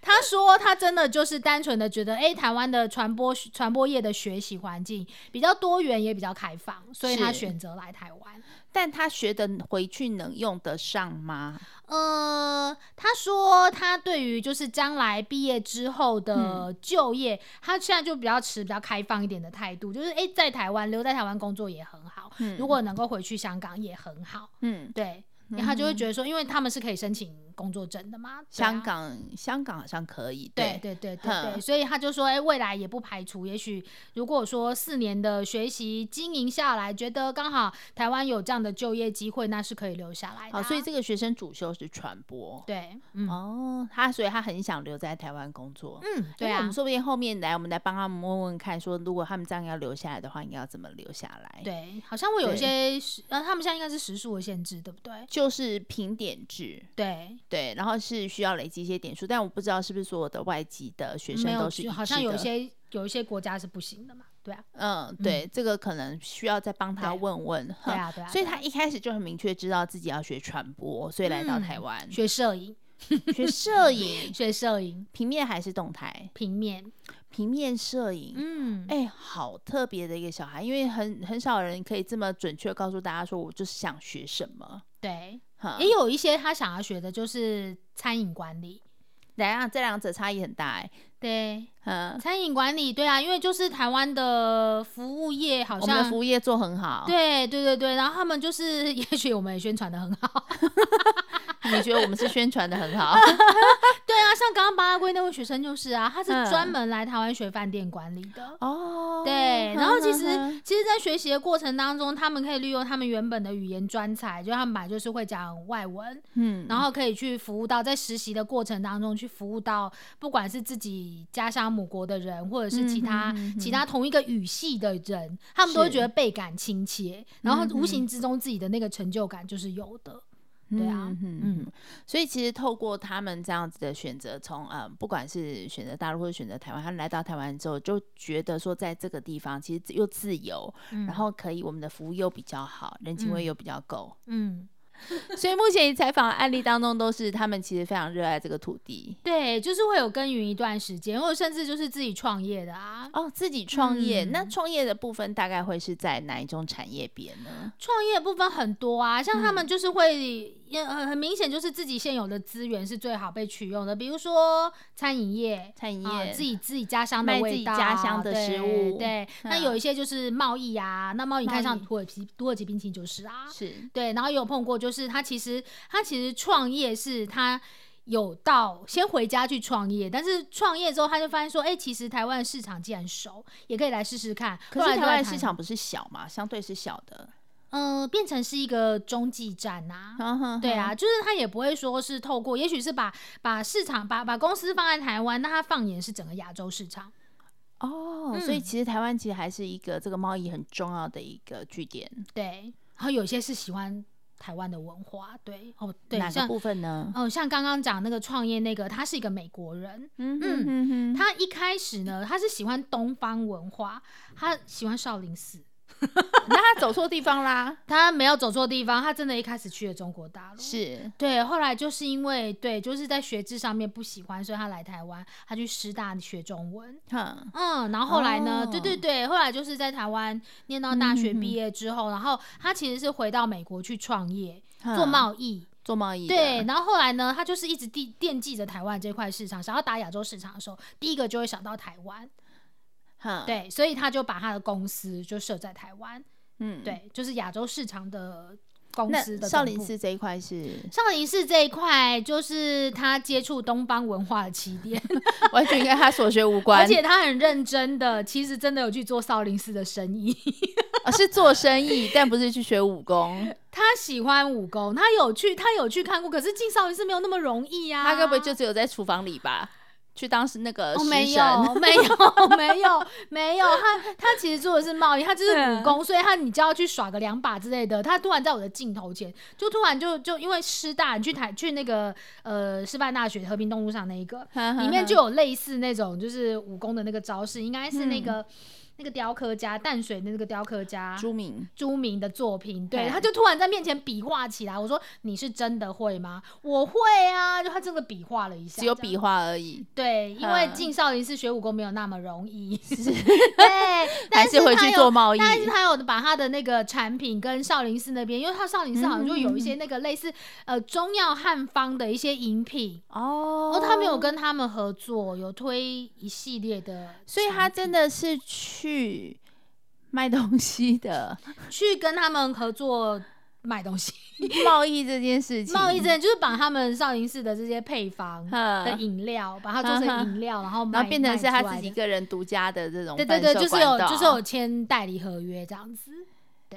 Speaker 2: 他说他真的就是单纯的觉得，哎、台湾的传播传播业的学习环境比较多元，也比较开放，所以他
Speaker 1: 是
Speaker 2: 选择来台湾。
Speaker 1: 但他学的回去能用得上吗？
Speaker 2: 呃，他说他对于就是将来毕业之后
Speaker 1: 嗯
Speaker 2: 的就业，他现在就比较持比较开放一点的态度，就是诶，在台湾留在台湾工作也很好，
Speaker 1: 嗯
Speaker 2: 如果能够回去香港也很好，
Speaker 1: 嗯，
Speaker 2: 对，啊然后他就会觉得说，因为他们是可以申请工作证的嘛，对啊
Speaker 1: 香。港，香港好像可以。
Speaker 2: 对对对对对，
Speaker 1: 哼
Speaker 2: 所以他就说，哎、未来也不排除，也许如果说四年的学习经营下来，觉得刚好台湾有这样的就业机会，那是可以留下来的
Speaker 1: 好，
Speaker 2: 啊、
Speaker 1: 所以这个学生主修是传播。
Speaker 2: 对，嗯、
Speaker 1: 哦，他所以他很想留在台湾工作。
Speaker 2: 嗯，
Speaker 1: 因
Speaker 2: 对
Speaker 1: 为
Speaker 2: 啊，
Speaker 1: 我们说不定后面来，我们来帮他们问问看，说如果他们这样要留下来的话，应该要怎么留下来？，
Speaker 2: 对，好像会有一些时，呃，他们现在应该是时数的限制，对不对？
Speaker 1: 就是评点制，
Speaker 2: 对，
Speaker 1: 对，然后是需要累积一些点数，但我不知道是不是所有的外籍的学
Speaker 2: 没
Speaker 1: 生
Speaker 2: 有
Speaker 1: 都是，一
Speaker 2: 好
Speaker 1: 致
Speaker 2: 像有一
Speaker 1: 的
Speaker 2: 些有一些国家是不行的嘛，对啊，
Speaker 1: 嗯，对，这个可能需要再帮他
Speaker 2: 对
Speaker 1: 问问。
Speaker 2: 对
Speaker 1: 哼
Speaker 2: 啊，对啊。
Speaker 1: 所以
Speaker 2: 对
Speaker 1: 他
Speaker 2: 啊
Speaker 1: 一开始就很明确知道自己要学传播，所以来到
Speaker 2: 嗯
Speaker 1: 台湾、
Speaker 2: 学摄影，
Speaker 1: 学摄影，
Speaker 2: 学摄影，
Speaker 1: 平面还是动态？
Speaker 2: 平面，
Speaker 1: 平面摄影，
Speaker 2: 嗯，
Speaker 1: 哎、好特别的一个小孩，因为很很少人可以这么准确地告诉大家说，我就是想学什么。
Speaker 2: 对，
Speaker 1: 哈，
Speaker 2: 也有一些他想要学的就是餐饮管理，
Speaker 1: 等一下这两者差异很大哎、
Speaker 2: 对，
Speaker 1: 嗯，
Speaker 2: 餐饮管理，对啊，因为就是台湾的服务业好
Speaker 1: 我们的
Speaker 2: 像
Speaker 1: 服。务业做很好，
Speaker 2: 对对对对，然后他们就是， 也许我们也宣传的很好，
Speaker 1: 你觉得我们是宣传的很 好？
Speaker 2: 对啊，像刚刚巴拉圭那位学生就是啊，他是
Speaker 1: 嗯
Speaker 2: 专门来台湾学饭店管理的，
Speaker 1: 哦，
Speaker 2: 对，然后其实
Speaker 1: 哼哼
Speaker 2: 其实，在学习的过程当中，他们可以利用他们原本的语言专才，就他们本来就是会讲外文，
Speaker 1: 嗯，
Speaker 2: 然后可以去服务到在实习的过程当中去服务到，不管是自己家乡母国的人，或者是其他、
Speaker 1: 嗯哼嗯哼
Speaker 2: 其他同一个语系的人，他们都会觉得倍感亲切，然后无形之中自己的那个成就感就是有的。对啊
Speaker 1: 嗯嗯
Speaker 2: 嗯
Speaker 1: 嗯，所以其实透过他们这样子的选择，从呃，不管是选择大陆或者选择台湾，他们来到台湾之后，就觉得说在这个地方其实又自由，
Speaker 2: 嗯
Speaker 1: 然后可以我们的服务又比较好，人情味又比较够，
Speaker 2: 嗯，
Speaker 1: 所以目前采访的案例当中都是他们其实非常热爱这个土地
Speaker 2: 对，就是会有耕耘一段时间，或者甚至就是自己创业的啊。
Speaker 1: 哦，自己创业。
Speaker 2: 嗯
Speaker 1: 那创业的部分大概会是在哪一种产业别呢？嗯
Speaker 2: 创业部分很多啊，像他们就是会、也很很明显，就是自己现有的资源是最好被取用的，比如说餐饮业，
Speaker 1: 餐饮
Speaker 2: 啊
Speaker 1: 业
Speaker 2: 自己自己家乡的
Speaker 1: 卖自
Speaker 2: 味
Speaker 1: 己
Speaker 2: 道
Speaker 1: 家乡的食
Speaker 2: 对
Speaker 1: 物
Speaker 2: 对，那
Speaker 1: 嗯
Speaker 2: 有一些就是贸易啊，那贸易你看
Speaker 1: 贸
Speaker 2: 像
Speaker 1: 易
Speaker 2: 土耳其土耳其冰淇淋就是啊，
Speaker 1: 是
Speaker 2: 对，然后也有碰过，就是他其实他其实创业是他有到先回家去创业，但是创业之后他就发现说，哎、其实台湾市场既然熟，也可以来试试看。
Speaker 1: 可
Speaker 2: 后
Speaker 1: 是
Speaker 2: 来
Speaker 1: 台
Speaker 2: 就在
Speaker 1: 湾
Speaker 2: 谈
Speaker 1: 市，场不是小嘛，相对是小的。
Speaker 2: 嗯、变成是一个中继站啊。
Speaker 1: 哼嗯哼
Speaker 2: 对啊，
Speaker 1: 哼，
Speaker 2: 就是他也不会说是透过，也许是把把市场把把公司放在台湾，那他放眼是整个亚洲市场。
Speaker 1: 哦，所以
Speaker 2: 嗯
Speaker 1: 其实台湾其实还是一个这个贸易很重要的一个据点。
Speaker 2: 对，然后有些是喜欢台湾的文化，对哦，对，
Speaker 1: 哪个
Speaker 2: 像
Speaker 1: 部分呢？
Speaker 2: 哦像刚刚讲那个创业那个，他是一个美国人，
Speaker 1: 嗯
Speaker 2: 嗯
Speaker 1: 哼哼
Speaker 2: 他一开始呢，他是喜欢东方文化，他喜欢少林寺，
Speaker 1: 哼那他走错地方 啦。
Speaker 2: 他没有走错地方，他真的一开始去了中国大陆。
Speaker 1: 是，
Speaker 2: 对，后来就是因为对，就是在学制上面不喜欢，所以他来台湾，他去师大学中文。
Speaker 1: 哼，
Speaker 2: 嗯，然后后来呢？
Speaker 1: 哦
Speaker 2: 对对对，后来就是在台湾念到大学
Speaker 1: 嗯哼哼
Speaker 2: 毕业之后，然后他其实是回到美国去创业，做
Speaker 1: 哼
Speaker 2: 贸易。
Speaker 1: 做贸易的
Speaker 2: 对，，然后后来呢，他就是一直惦惦记着台湾这块市场，想要打亚洲市场的时候，第一个就会想到台湾。
Speaker 1: 嗯哼，
Speaker 2: 对，所以他就把他的公司就设在台湾，
Speaker 1: 嗯，
Speaker 2: 对，就是亚洲市场的公司
Speaker 1: 那
Speaker 2: 的
Speaker 1: 少
Speaker 2: 总
Speaker 1: 林
Speaker 2: 部。
Speaker 1: 寺这一块 是，
Speaker 2: 少林寺这一块就是他接触东方文化的起点，
Speaker 1: 完全跟他所学无关，
Speaker 2: 而且他很认真的，其实真的有去做少林寺的生意。
Speaker 1: 啊是做生意，但不是去学武功。
Speaker 2: 他喜欢武功，他有去，他有去看过，可是进少林寺没有那么容易呀、
Speaker 1: 他该不会就只有在厨房里吧？去当时那个
Speaker 2: 啊哦，
Speaker 1: 食
Speaker 2: 没
Speaker 1: 神
Speaker 2: 有，没有，没有，没有。他他其实做的是贸易，他就是
Speaker 1: 嗯
Speaker 2: 武功，所以他你就要去耍个两把之类的。他突然在我的镜头前，就突然就就因为师大，你去台去那个呃师范大学和平东路上那一个，里面 就有类似那种就是武功的那个招式，应该是那个、那个雕刻家淡水的那个雕刻家。
Speaker 1: 嗯朱敏，
Speaker 2: 朱明的作品，对，
Speaker 1: 嘿
Speaker 2: 他就突然在面前比划起来。我说：“你是真的会吗？”我会啊，就他真的比划了一下，
Speaker 1: 只有
Speaker 2: 这样
Speaker 1: 比划而已，
Speaker 2: 对，因为
Speaker 1: 嗯
Speaker 2: 进少林寺学武功没有那么容易， 对，但
Speaker 1: 还
Speaker 2: 是
Speaker 1: 回
Speaker 2: 他
Speaker 1: 去
Speaker 2: 有
Speaker 1: 做贸易。
Speaker 2: 但是他有把他的那个产品跟少林寺那边，因为他少林寺好像就有
Speaker 1: 嗯
Speaker 2: 一些那个类似、呃中药汉方的一些饮品，
Speaker 1: 哦
Speaker 2: 然后他们有，跟他们合作，有推一系列的产品，
Speaker 1: 所以他真的是去卖东西 的
Speaker 2: 去跟他们合作买东西，
Speaker 1: 贸易这件事情，
Speaker 2: 贸易真的就是把他们少林寺的这些配方
Speaker 1: 嗯
Speaker 2: 的饮料，把它做成饮料，然后卖
Speaker 1: 然后变成是他自己。
Speaker 2: 卖出来的
Speaker 1: 个人独家的这种
Speaker 2: 对
Speaker 1: 贩
Speaker 2: 对
Speaker 1: 售
Speaker 2: 对，就是有
Speaker 1: 管道
Speaker 2: 就是有签代理合约这样子。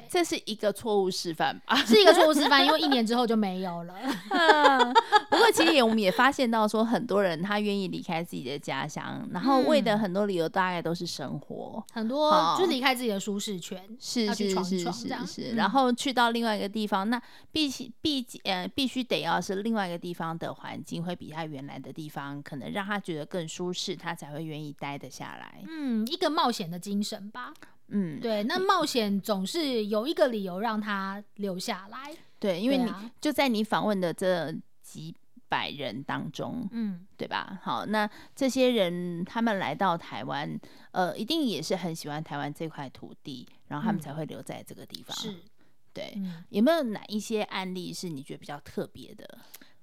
Speaker 1: 这是一个错误示范吧。
Speaker 2: 是一个错误示范，因为一年之后就没有了。
Speaker 1: 不过其实也我们也发现到说，很多人他愿意离开自己的家乡，然后为
Speaker 2: 嗯
Speaker 1: 的很多理由大概都是生活。
Speaker 2: 很多
Speaker 1: 好
Speaker 2: 就离开自己的舒适圈，
Speaker 1: 是
Speaker 2: 要去
Speaker 1: 是
Speaker 2: 闯
Speaker 1: 是
Speaker 2: 闯这
Speaker 1: 是
Speaker 2: 样
Speaker 1: 是，
Speaker 2: 嗯
Speaker 1: 然后去到另外一个地方，那必须必呃必须得要是另外一个地方的环境会比他原来的地方可能让他觉得更舒适，他才会愿意待得下来。
Speaker 2: 嗯，一个冒险的精神吧。
Speaker 1: 嗯，
Speaker 2: 对，那冒险总是有一个理由让他留下来。
Speaker 1: 对，因为
Speaker 2: 对
Speaker 1: 你、
Speaker 2: 啊
Speaker 1: 就在你访问的这几百人当中，
Speaker 2: 嗯，
Speaker 1: 对吧？好，那这些人他们来到台湾，呃，一定也是很喜欢台湾这块土地，然后他们
Speaker 2: 嗯
Speaker 1: 才会留在这个地方。
Speaker 2: 是，
Speaker 1: 对。
Speaker 2: 嗯，
Speaker 1: 有没有哪一些案例是你觉得比较特别的？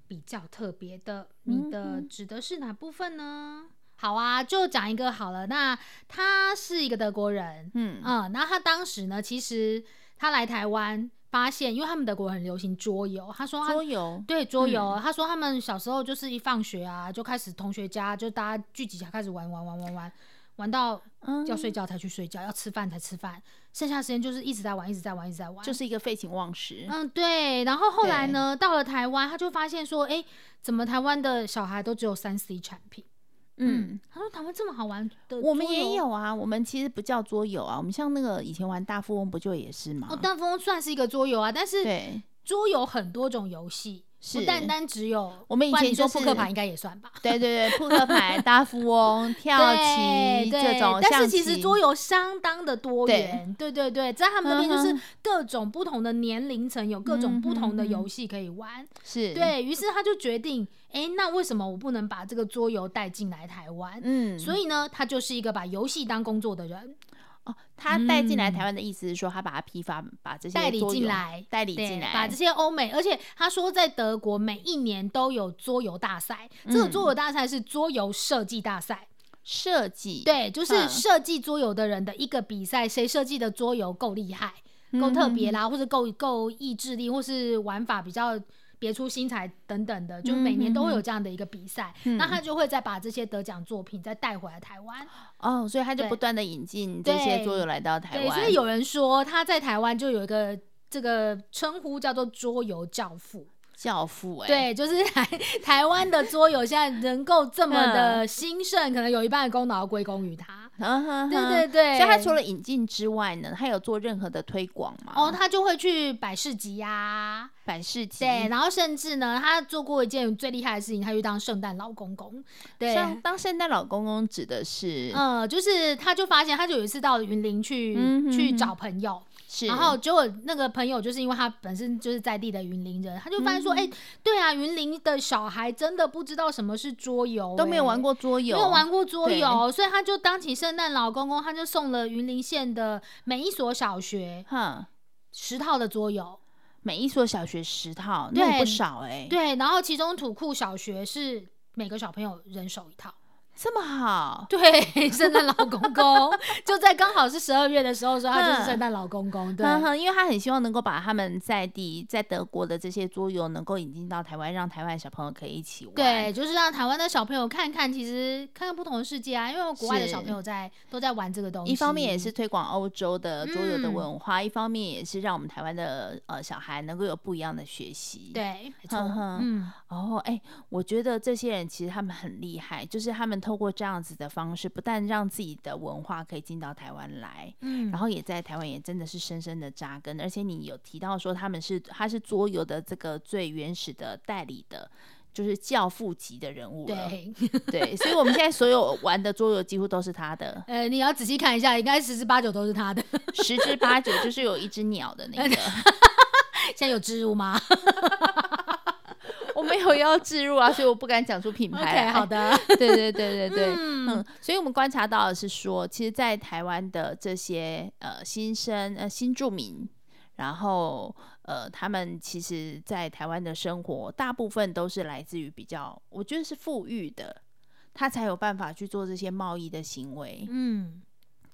Speaker 2: 比较特别的。
Speaker 1: 嗯
Speaker 2: 你的指的是哪部分呢？好啊，就讲一个好了。那他是一个德国人，
Speaker 1: 嗯
Speaker 2: 嗯，那他当时呢，其实他来台湾发现，因为他们德国很流行桌游，他说他
Speaker 1: 桌游，嗯
Speaker 2: 对桌游，他说他们小时候就是一放学啊，就开始同学家就大家聚集起来开始玩玩玩玩玩，玩到
Speaker 1: 嗯
Speaker 2: 要睡觉才去睡觉，要吃饭才吃饭，剩下的时间就是一直在玩，一直在玩，一直在玩。
Speaker 1: 就是一个废寝忘食。
Speaker 2: 嗯，对。然后后来呢，到了台湾，他就发现说，哎、怎么台湾的小孩都只有三 C 产品？
Speaker 1: 嗯，
Speaker 2: 他说台湾这么好玩的，
Speaker 1: 我们也。有啊，我们其实不叫桌游啊，我们像那个以前玩大富翁不就也是吗？
Speaker 2: 哦，大富翁算是一个桌游啊，但是
Speaker 1: 对，
Speaker 2: 桌游很多种游戏，不
Speaker 1: 是
Speaker 2: 单单只有。
Speaker 1: 我们以
Speaker 2: 不然
Speaker 1: 前
Speaker 2: 你说
Speaker 1: 就是
Speaker 2: 扑克牌应该也算吧？
Speaker 1: 对对对，扑克 牌、大富翁、 跳
Speaker 2: 对
Speaker 1: 棋
Speaker 2: 对
Speaker 1: 这种，
Speaker 2: 但是
Speaker 1: 象
Speaker 2: 其实
Speaker 1: 棋
Speaker 2: 桌游相当的多
Speaker 1: 对
Speaker 2: 元，对对对，在他们那边就
Speaker 1: 嗯
Speaker 2: 是各种不同的年龄层有各种不同的
Speaker 1: 嗯哼
Speaker 2: 游戏可以玩，
Speaker 1: 是，
Speaker 2: 对于是他就决定，哎，那为什么我不能把这个桌游带进来台湾？
Speaker 1: 嗯，
Speaker 2: 所以呢，他就是一个把游戏当工作的人，
Speaker 1: 哦，他带进来台湾的意思是说，他把它批发，把这些
Speaker 2: 嗯代理
Speaker 1: 桌游
Speaker 2: 进来
Speaker 1: 代理
Speaker 2: 对
Speaker 1: 进来，
Speaker 2: 把这些欧美，而且他说在德国每一年都有桌游大赛，这个
Speaker 1: 嗯
Speaker 2: 桌游大赛是桌游设计大赛，
Speaker 1: 设计，
Speaker 2: 对，就是
Speaker 1: 嗯
Speaker 2: 设计桌游的人的一个比赛，谁设计的桌游够厉害、够特
Speaker 1: 嗯
Speaker 2: 别啦，或者够够意志力，或是玩法比较。别出心裁等等的，就每年都会有这样的一个比赛，
Speaker 1: 嗯
Speaker 2: 那他就会再把这些得奖作品再带回来台湾。
Speaker 1: 哦，所以他就
Speaker 2: 对
Speaker 1: 不断的引进这些
Speaker 2: 对
Speaker 1: 桌游来到台
Speaker 2: 对，
Speaker 1: 湾，
Speaker 2: 所以有人说他在台湾就有一个这个称呼叫做“桌游教父”。
Speaker 1: 教父哎、
Speaker 2: 对，就是台 台湾的桌游现在能够这么的兴盛，可能有一半的功劳归功于他。
Speaker 1: 嗯哼哼，
Speaker 2: 对对对，
Speaker 1: 所以他除了引进之外呢，他有做任何的推广吗？
Speaker 2: 哦，，他就会去百事集呀、
Speaker 1: 百事集，
Speaker 2: 对，然后甚至呢，他做过一件最厉害的事情，他去当圣诞老公公。对，
Speaker 1: 像当圣诞老公公指的是，
Speaker 2: 嗯，就是他就发现，他就有一次到云林去、
Speaker 1: 嗯哼
Speaker 2: 去
Speaker 1: 哼
Speaker 2: 找朋友，
Speaker 1: 是，
Speaker 2: 然后结果那个朋友就是因为他本身就是在地的云林人，他就发现
Speaker 1: 嗯
Speaker 2: 说，哎、对啊，云林的小孩真的不知道什么是桌游、
Speaker 1: 都没有玩
Speaker 2: 过。
Speaker 1: 过桌游，
Speaker 2: 没有玩过桌游，所以他就当起圣诞老公公，他就送了云林县的每一所小学
Speaker 1: 哈，
Speaker 2: 十套的桌游，
Speaker 1: 每一所小学十套，那也
Speaker 2: 对
Speaker 1: 不少哎、，
Speaker 2: 对，然后其中土库小学是每个小朋友人手一 套。
Speaker 1: 这么好，
Speaker 2: 对，圣诞老公公就在刚好是十二月的时候，说他就是圣诞老公 公。对，
Speaker 1: 哼嗯哼，因为他很希望能够把他们在地在德国的这些桌游能够引进到台湾，让台湾小朋友可以一起玩。
Speaker 2: 对，就是让台湾的小朋友看看，其实看看不同的世界啊，因为国外的小朋友在都在玩这个东西。
Speaker 1: 一方面也是推广欧洲的桌游的
Speaker 2: 嗯
Speaker 1: 文化，一方面也是让我们台湾的呃小孩能够有不一样的学习。，
Speaker 2: 对，没错，
Speaker 1: 哼哼
Speaker 2: 嗯，
Speaker 1: 哦，哎、我觉得这些人其实他们很厉害，就是他们透过这样子的方式，不但让自己的文化可以进到台湾来，
Speaker 2: 嗯
Speaker 1: 然后也在台湾也真的是深深的扎根。而且你有提到说他们是他是桌游的这个最原始的代理的，就是教父级的人物了。
Speaker 2: 对，，
Speaker 1: 对，所以我们现在所有玩的桌游几乎都是他的
Speaker 2: 呃，你要仔细看一下，应该十之八九都是他的。
Speaker 1: 十之八九就是有一只鸟的那个。
Speaker 2: 现在有植入吗
Speaker 1: 我没有要置入啊，所以我不敢讲出品牌来。
Speaker 2: ？OK，好，的，
Speaker 1: 对对对对对，
Speaker 2: 嗯
Speaker 1: 嗯，所以我们观察到的是说，其实，在台湾的这些呃新生呃新住民，然后呃他们其实，在台湾的生活，大部分都是来自于比较，我觉得是富裕的，他才有办法去做这些贸易的行为。
Speaker 2: 嗯，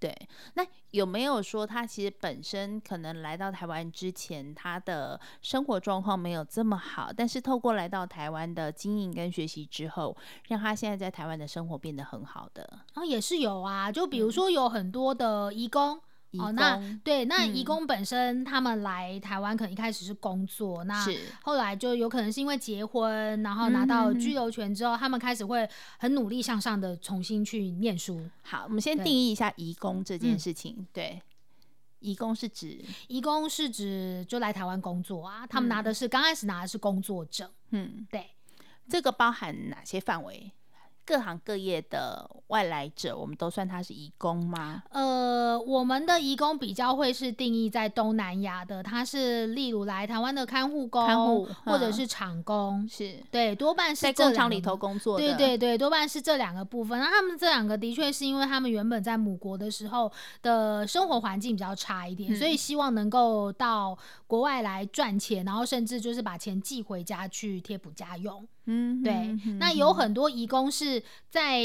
Speaker 1: 对，那有没有说他其实本身可能来到台湾之前，他的生活状况没有这么好，但是透过来到台湾的经营跟学习之后，让他现在在台湾的生活变得很好的？
Speaker 2: 然后也是有啊，就比如说有很多的移工。
Speaker 1: 嗯移
Speaker 2: 哦，那
Speaker 1: 工
Speaker 2: 对，那移
Speaker 1: 嗯
Speaker 2: 工本身他们来台湾可能一开始是工作，那
Speaker 1: 是
Speaker 2: 后来就有可能是因为结婚，然后
Speaker 1: 嗯
Speaker 2: 拿到
Speaker 1: 嗯嗯
Speaker 2: 居留权之后，他们开始会很努力向上的重新去念书。
Speaker 1: 好，我们先
Speaker 2: 对
Speaker 1: 定义一下移工这件
Speaker 2: 嗯
Speaker 1: 事情。对，移工是指
Speaker 2: 移工是指就来台湾工作啊，他们拿的是刚开始拿的是工作证，
Speaker 1: 嗯，
Speaker 2: 对，
Speaker 1: 这个包含哪些范围？各行各业的外来者，我们都算他是移工吗？
Speaker 2: 呃，我们的移工比较会是定义在东南亚的，他是例如来台湾的看护工，
Speaker 1: 看护
Speaker 2: 或者
Speaker 1: 嗯
Speaker 2: 是厂工，
Speaker 1: 是
Speaker 2: 对，多半是
Speaker 1: 在
Speaker 2: 这
Speaker 1: 工
Speaker 2: 两
Speaker 1: 厂里
Speaker 2: 个
Speaker 1: 头工作的，
Speaker 2: 对对对，多半是这两个部分。那他们这两个的确是因为他们原本在母国的时候的生活环境比较差一点，
Speaker 1: 嗯
Speaker 2: 所以希望能够到国外来赚钱，然后甚至就是把钱寄回家去贴补家用。
Speaker 1: 嗯，嗯，
Speaker 2: 对，
Speaker 1: 嗯
Speaker 2: 那有很多移工是在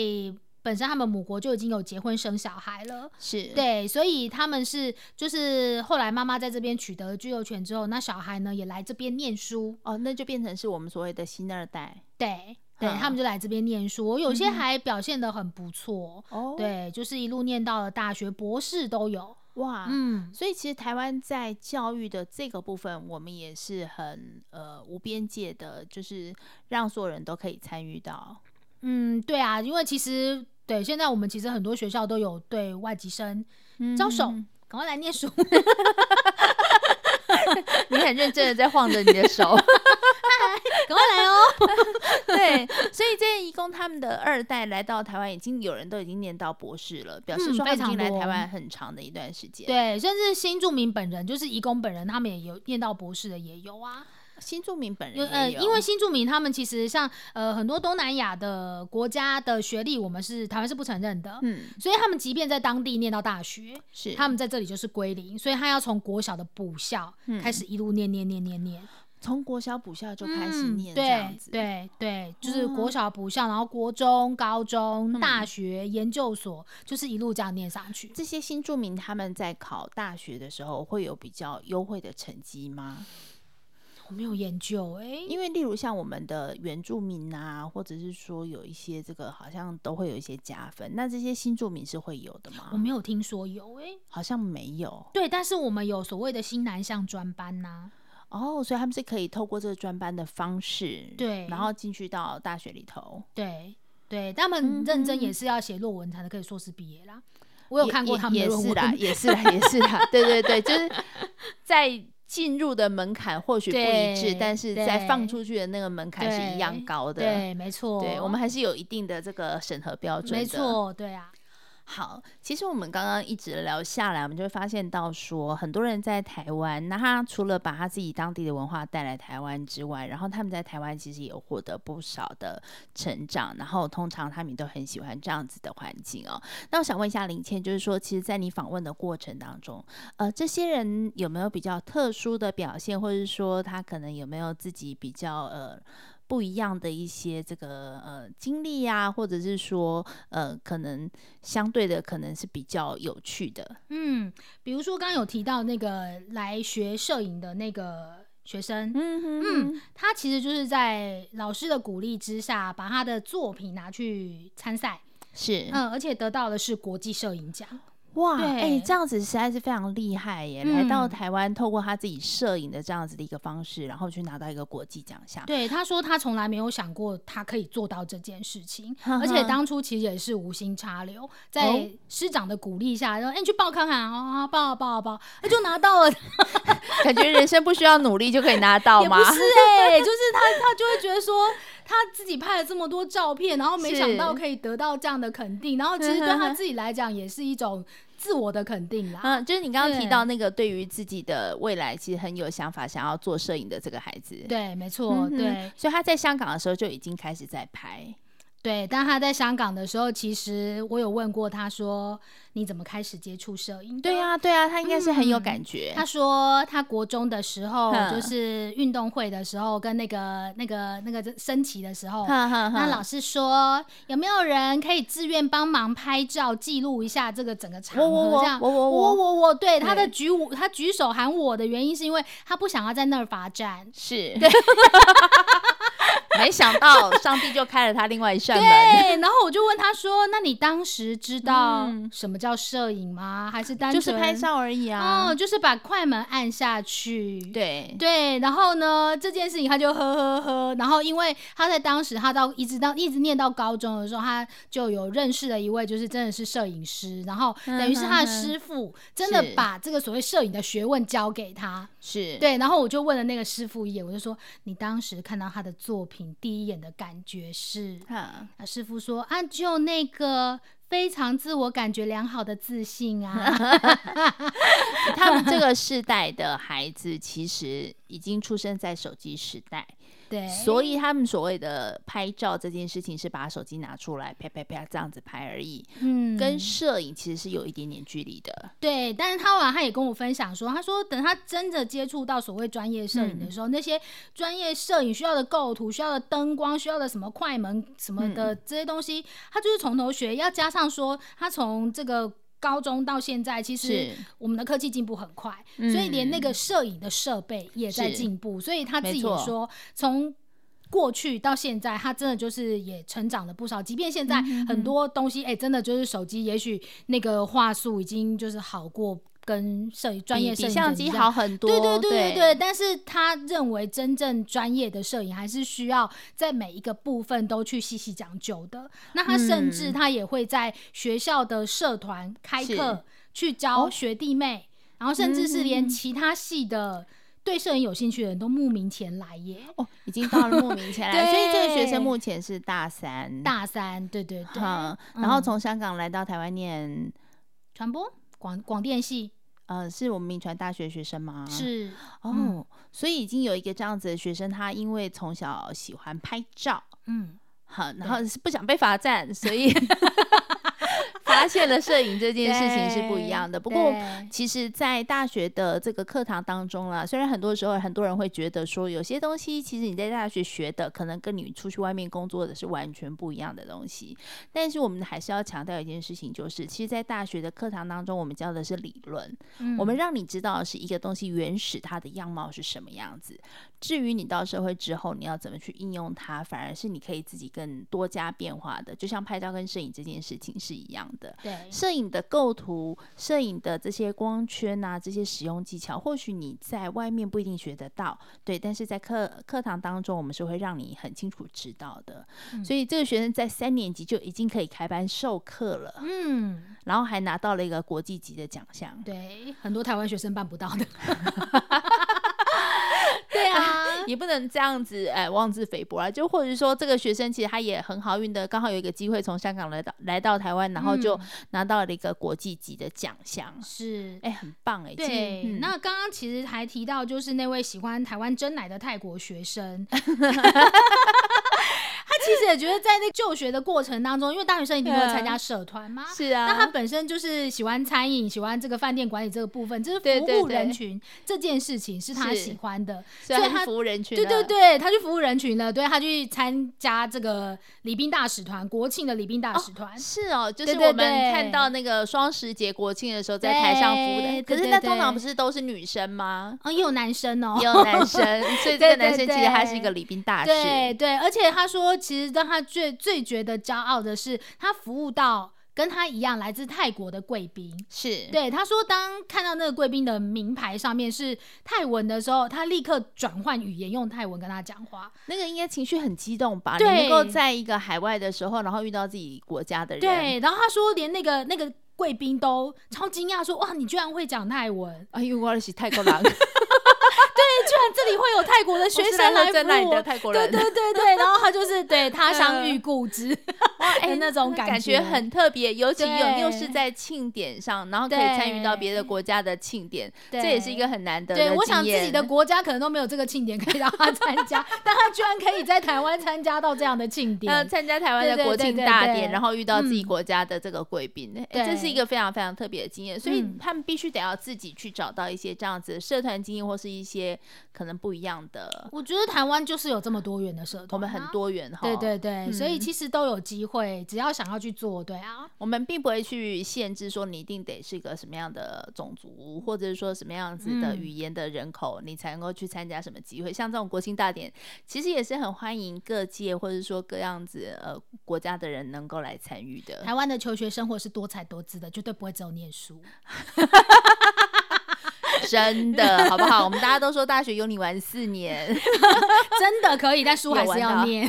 Speaker 2: 本身他们母国就已经有结婚生小孩了。
Speaker 1: 是
Speaker 2: 对，所以他们是就是后来妈妈在这边取得居留权之后，那小孩呢也来这边念书，
Speaker 1: 哦，那就变成是我们所谓的新二代
Speaker 2: 对对，
Speaker 1: 嗯
Speaker 2: 他们就来这边念书。我有些
Speaker 1: 嗯哼
Speaker 2: 还表现的很不错，
Speaker 1: 哦，
Speaker 2: 对，就是一路念到了大学，博士都有。
Speaker 1: 哇，
Speaker 2: 嗯，
Speaker 1: 所以其实台湾在教育的这个部分，我们也是很呃无边界的，就是让所有人都可以参与到，
Speaker 2: 嗯，对啊，因为其实对现在我们其实很多学校都有对外籍生招手，
Speaker 1: 嗯
Speaker 2: 赶快来念书。
Speaker 1: 你很认真的在晃着你的 手，
Speaker 2: 赶快 来哦！
Speaker 1: 对，所以这些义工他们的二代来到台湾，已经有人都已经念到博士了，表示
Speaker 2: 嗯
Speaker 1: 说他
Speaker 2: 非
Speaker 1: 们已经
Speaker 2: 常
Speaker 1: 来
Speaker 2: 多
Speaker 1: 台湾很长的一段时间，，
Speaker 2: 对，甚至新住民本人，就是移工本人，他们也有念到博士的也有啊。
Speaker 1: 新住民本人
Speaker 2: 有
Speaker 1: 也
Speaker 2: 呃，
Speaker 1: 有
Speaker 2: 因为新住民他们其实像呃很多东南亚的国家的学历，我们是台湾是不承认的，
Speaker 1: 嗯
Speaker 2: 所以他们即便在当地念到大学，
Speaker 1: 是
Speaker 2: 他们在这里就是归零，所以他要从国小的补校
Speaker 1: 嗯
Speaker 2: 开始一路念念念念念，
Speaker 1: 从国小补校就开始
Speaker 2: 嗯
Speaker 1: 念这样
Speaker 2: 对
Speaker 1: 子，，
Speaker 2: 对对，就是
Speaker 1: 哦
Speaker 2: 国小补校，然后国中、高中、
Speaker 1: 嗯
Speaker 2: 大学、研究所，就是一路这样念上去。
Speaker 1: 这些新住民他们在考大学的时候会有比较优惠的成绩吗？
Speaker 2: 我没有研究哎、
Speaker 1: 因为例如像我们的原住民啊，或者是说有一些这个好像都会有一些加分，那这些新住民是会有的
Speaker 2: 我
Speaker 1: 吗？
Speaker 2: 没有听说有哎、
Speaker 1: 好像没有
Speaker 2: 对，但是我们有所谓的新南向专班呐、
Speaker 1: 哦，所以他们是可以透过这个专班的方式，
Speaker 2: 对
Speaker 1: 然后进去到大学里头。
Speaker 2: 对对，他
Speaker 1: 嗯
Speaker 2: 们认真也是要写论文才能可以硕士毕业啦。我有看过
Speaker 1: 也
Speaker 2: 他们的
Speaker 1: 也
Speaker 2: 论
Speaker 1: 是
Speaker 2: 文，
Speaker 1: 啦，也是啦，也是啦，对对对，就是在进入的门槛或许不一致，
Speaker 2: 对
Speaker 1: 但是在
Speaker 2: 对
Speaker 1: 放出去的那个门槛是一样
Speaker 2: 对
Speaker 1: 高的。
Speaker 2: 对，没错，
Speaker 1: 对我们还是有一定的这个审核标准的。
Speaker 2: 没错，对啊，
Speaker 1: 好，其实我们刚刚一直聊下来，我们就会发现到说，很多人在台湾，那他除了把他自己当地的文化带来台湾之外，然后他们在台湾其实也有获得不少的成长，然后通常他们也都很喜欢这样子的环境哦。那我想问一下林倩，就是说，其实，在你访问的过程当中，呃，这些人有没有比较特殊的表现，或者是说他可能有没有自己比较呃？不一样的一些这个呃经历啊，或者是说呃，可能相对的可能是比较有趣的。
Speaker 2: 嗯，比如说刚刚有提到那个来学摄影的那个学生，
Speaker 1: 嗯嗯，
Speaker 2: 他其实就是在老师的鼓励之下，把他的作品拿去参赛，
Speaker 1: 是
Speaker 2: 嗯，而且得到的是国际摄 影奖，
Speaker 1: 哇，
Speaker 2: 对
Speaker 1: 哎、这样子实在是非常厉害耶！来到
Speaker 2: 嗯
Speaker 1: 台湾，透过他自己摄影的这样子的一个方式，然后去拿到一个国际奖项。
Speaker 2: 对，他说他从来没有想过他可以做到这件事情，
Speaker 1: 哈哈
Speaker 2: 而且当初其实也是无心插柳，
Speaker 1: 哦
Speaker 2: 在师长的鼓励下，然后哎、你去报看看啊，报啊报啊报啊， 哎就拿到了，
Speaker 1: 感觉人生不需要努力就可以拿到
Speaker 2: 也
Speaker 1: 吗
Speaker 2: 不？ 是哎、就是他他就会觉得说他自己拍了这么多照片，然后没想到
Speaker 1: 是
Speaker 2: 可以得到这样的肯定，然后其实对 他自己来讲也是一种自我的肯定啦。
Speaker 1: 嗯，就是你刚刚提
Speaker 2: 啊对
Speaker 1: 到那个对于自己的未来其实很有想法，想要做摄影的这个孩子。
Speaker 2: 对，没错，
Speaker 1: 嗯哼，
Speaker 2: 对
Speaker 1: 所以他在香港的时候就已经开始在拍。
Speaker 2: 对。但他在香港的时候，其实我有问过他说：“你怎么开始接触摄影？”
Speaker 1: 对、啊，对啊，他应该是很有
Speaker 2: 嗯
Speaker 1: 感觉。
Speaker 2: 他说他国中的时候，
Speaker 1: 哼
Speaker 2: 就是运动会的时候，跟那个那个那个升旗的时 候，
Speaker 1: 哈哈
Speaker 2: 那
Speaker 1: 哈
Speaker 2: 老师说有没有人可以自愿帮忙拍照记录一下这个整个场
Speaker 1: 我我
Speaker 2: 合？
Speaker 1: 我
Speaker 2: 这样，
Speaker 1: 我我我
Speaker 2: 我我我对他的
Speaker 1: 对
Speaker 2: 举我他举手喊我的原因是因为他不想要在那儿罚站，
Speaker 1: 是，对， 没想到上帝就开了他另外一扇门，
Speaker 2: 对，然后我就问他说：“那你当时知道
Speaker 1: 嗯
Speaker 2: 什么叫摄影吗？还是单
Speaker 1: 就是
Speaker 2: 纯
Speaker 1: 拍？照而已啊。
Speaker 2: 哦，就是把快门按下去。”
Speaker 1: 对，
Speaker 2: 对，然后呢，这件事情他就呵呵呵。然后因为他在当时，他到一直到一直念到高中的时候，他就有认识了一位，就是真的是摄影师，然后
Speaker 1: 嗯
Speaker 2: 等于是他的师傅真的
Speaker 1: 是
Speaker 2: 把这个所谓摄影的学问教给他。
Speaker 1: 是，
Speaker 2: 对，然后我就问了那个师傅一眼，我就说：“你当时看到他的作品第一眼的感觉是？”
Speaker 1: 哈，
Speaker 2: 啊，师傅说啊，就那个非常自我感觉良好的自 信啊，
Speaker 1: 他们这个世代的孩子其实已经出生在手机时 代，
Speaker 2: 对，
Speaker 1: 所以他们所谓的拍照这件事情是把手机拿出来啪啪啪这样子拍而已，
Speaker 2: 嗯，
Speaker 1: 跟摄影其实是有一点点距离的。
Speaker 2: 对，但是他晚上也跟我分享说，他说等他真的接触到所谓专业摄
Speaker 1: 嗯
Speaker 2: 影的时候，那些专业摄影需要的构图、需要的灯光、需要的什么快门什么
Speaker 1: 嗯
Speaker 2: 的这些东西，他就是从头学，要加上说他从这个。高中到现在，其实
Speaker 1: 是嗯
Speaker 2: 我们的科技进步很快，所以连那个摄影的设备也在
Speaker 1: 是
Speaker 2: 进步。所以他自己
Speaker 1: 没错
Speaker 2: 也说，从过去到现在，他真的就是也成长了不少。即便现
Speaker 1: 嗯
Speaker 2: 在很多东西，哎、真的就是手机，也许那个画素已经就是好过跟摄影专业
Speaker 1: 比
Speaker 2: 摄影
Speaker 1: 比
Speaker 2: 的
Speaker 1: 相
Speaker 2: 一
Speaker 1: 机
Speaker 2: 样
Speaker 1: 好。很多，
Speaker 2: 对对对
Speaker 1: 对
Speaker 2: 对对，但是他认为真正专业的摄影还是需要在每一个部分都去细细讲究的。那他甚至他也会在学校的社团开
Speaker 1: 嗯是
Speaker 2: 课
Speaker 1: 哦
Speaker 2: 去
Speaker 1: 嗯
Speaker 2: 教学弟妹，然后甚至是连其他系的对摄影有兴趣的人都慕名前来耶。
Speaker 1: 哦，已经到了慕名前来，所以这个学
Speaker 2: 对
Speaker 1: 生目前是大三，
Speaker 2: 大三，对对对，
Speaker 1: 哈，然后
Speaker 2: 嗯
Speaker 1: 从香港来到台湾念
Speaker 2: 传播广广电系。
Speaker 1: 呃，是我们民传大学学生吗？
Speaker 2: 是
Speaker 1: 哦，
Speaker 2: 嗯
Speaker 1: 所以已经有一个这样子的学生，他因为从小喜欢拍照，
Speaker 2: 嗯，
Speaker 1: 好，然后是不想被罚站，所以发现了摄影这件事情是不一样的。不过
Speaker 2: 对
Speaker 1: 其实，在大学的这个课堂当中啦，虽然很多时候很多人会觉得说，有些东西其实你在大学学的，可能跟你出去外面工作的是完全不一样的东西。但是我们还是要强调一件事情，就是其实，在大学的课堂当中，我们教的是理论，
Speaker 2: 嗯
Speaker 1: 我们让你知道的是一个东西原始它的样貌是什么样子。至于你到社会之后，你要怎么去应用它，反而是你可以自己更多加变化的，就像拍照跟摄影这件事情是一样的。
Speaker 2: 对
Speaker 1: 摄影的构图、摄影的这些光圈啊，这些使用技巧，或许你在外面不一定学得到，对，但是在课课堂当中，我们是会让你很清楚知道的。
Speaker 2: 嗯
Speaker 1: 所以这个学生在三年级就已经可以开班授课了，
Speaker 2: 嗯，
Speaker 1: 然后还拿到了一个国际级的奖项。
Speaker 2: 对，很多台湾学生办不到的。 对 啊，
Speaker 1: 也不能这样子，哎，妄自菲薄啊！就或者说，这个学生其实他也很好运的，刚好有一个机会从香港来到来到台湾，然后就
Speaker 2: 嗯
Speaker 1: 拿到了一个国际级的奖项，
Speaker 2: 是。
Speaker 1: 哎，很棒哎！其实
Speaker 2: 对，
Speaker 1: 嗯
Speaker 2: 那刚刚其实还提到，就是那位喜欢台湾真奶的泰国 学生，他其实也觉得在那就学的过程当中，因为大学生一定会
Speaker 1: 嗯
Speaker 2: 参加社团嘛，
Speaker 1: 是啊，
Speaker 2: 那他本身就是喜欢餐饮，喜欢这个饭店管理这个部分，就是
Speaker 1: 对
Speaker 2: 服
Speaker 1: 对
Speaker 2: 务
Speaker 1: 对
Speaker 2: 人群这件事情是他
Speaker 1: 是
Speaker 2: 喜欢的，
Speaker 1: 所以
Speaker 2: 所以
Speaker 1: 他是
Speaker 2: 他
Speaker 1: 服务人群
Speaker 2: 对
Speaker 1: 了，
Speaker 2: 对对，他去服务人群了，对他去参加这个礼宾大使团，国庆的礼宾大使团。
Speaker 1: 是哦，就是
Speaker 2: 对对
Speaker 1: 我们
Speaker 2: 对
Speaker 1: 看到那个双十节、国庆的时候，在台上服务的，
Speaker 2: 对
Speaker 1: 可是
Speaker 2: 对
Speaker 1: 那
Speaker 2: 对
Speaker 1: 通常
Speaker 2: 对
Speaker 1: 不是都是女生吗？
Speaker 2: 啊，也有男生哦，
Speaker 1: 也有男生， 所以这个
Speaker 2: 对对
Speaker 1: 男生其实
Speaker 2: 对
Speaker 1: 他是一个礼宾大使，
Speaker 2: 对对，而且他说，其实让他最最觉得骄傲的是，他服务到跟他一样来自泰国的贵宾。
Speaker 1: 是，
Speaker 2: 对，他说，当看到那个贵宾的名牌上面是泰文的时候，他立刻转换语言，用泰文跟他讲话。
Speaker 1: 那个应该情绪很激动吧？你能
Speaker 2: 对
Speaker 1: 够在一个海外的时候，然后遇到自己国家的人，
Speaker 2: 对，然后他说，连那个那个贵宾都超惊讶，说：“哇，你居然会讲泰文！
Speaker 1: 哎呦，我是泰国 人，
Speaker 2: 居然这里会有泰国的学
Speaker 1: 我是
Speaker 2: 生
Speaker 1: 来
Speaker 2: 来
Speaker 1: 自
Speaker 2: 服
Speaker 1: 那里
Speaker 2: 务
Speaker 1: 的
Speaker 2: 我。”
Speaker 1: 泰国
Speaker 2: 对
Speaker 1: 人，嗯
Speaker 2: 对对对，然后他就是 对他相遇故知，
Speaker 1: 哎
Speaker 2: 的那种
Speaker 1: 感
Speaker 2: 感
Speaker 1: 觉
Speaker 2: 觉
Speaker 1: 很特别，尤其又
Speaker 2: 对
Speaker 1: 又是在庆典上，然后可以参与到别的国家的庆典，这
Speaker 2: 对
Speaker 1: 也是一个很难得的
Speaker 2: 对，我
Speaker 1: 经
Speaker 2: 想自己
Speaker 1: 验
Speaker 2: 的国家可能都没有这个庆典可以让他参加， 但他居然可以在台湾参加到这样的庆
Speaker 1: 呃，
Speaker 2: 典。
Speaker 1: 参加台湾的
Speaker 2: 对对
Speaker 1: 国
Speaker 2: 对
Speaker 1: 庆
Speaker 2: 对
Speaker 1: 大
Speaker 2: 对
Speaker 1: 典，然后遇到自己
Speaker 2: 嗯
Speaker 1: 国家的这个贵宾，哎、这是一
Speaker 2: 对
Speaker 1: 个非常非常特别的经验，所以
Speaker 2: 嗯
Speaker 1: 他们必须得要自己去找到一些这样子的社团经验，或是一些可能不一样的。
Speaker 2: 我觉得台湾就是有这么多元的社团啊，
Speaker 1: 我们很多元哈，
Speaker 2: 对对对，所以
Speaker 1: 嗯
Speaker 2: 其实都有机会，只要想要去做，对啊，
Speaker 1: 我们并不会去限制说你一定得是一个什么样的种族，或者是说什么样子的
Speaker 2: 嗯
Speaker 1: 语言的人口，你才能够去参加什么机会。像这种国庆大典，其实也是很欢迎各界或者说各样子呃国家的人能够来参与的。
Speaker 2: 台湾的求学生活是多彩多姿的，绝对不会只有 念书。
Speaker 1: 真的，好不好？我们大家都说大学有你玩四 年，
Speaker 2: 真的可以，但书还是要 念，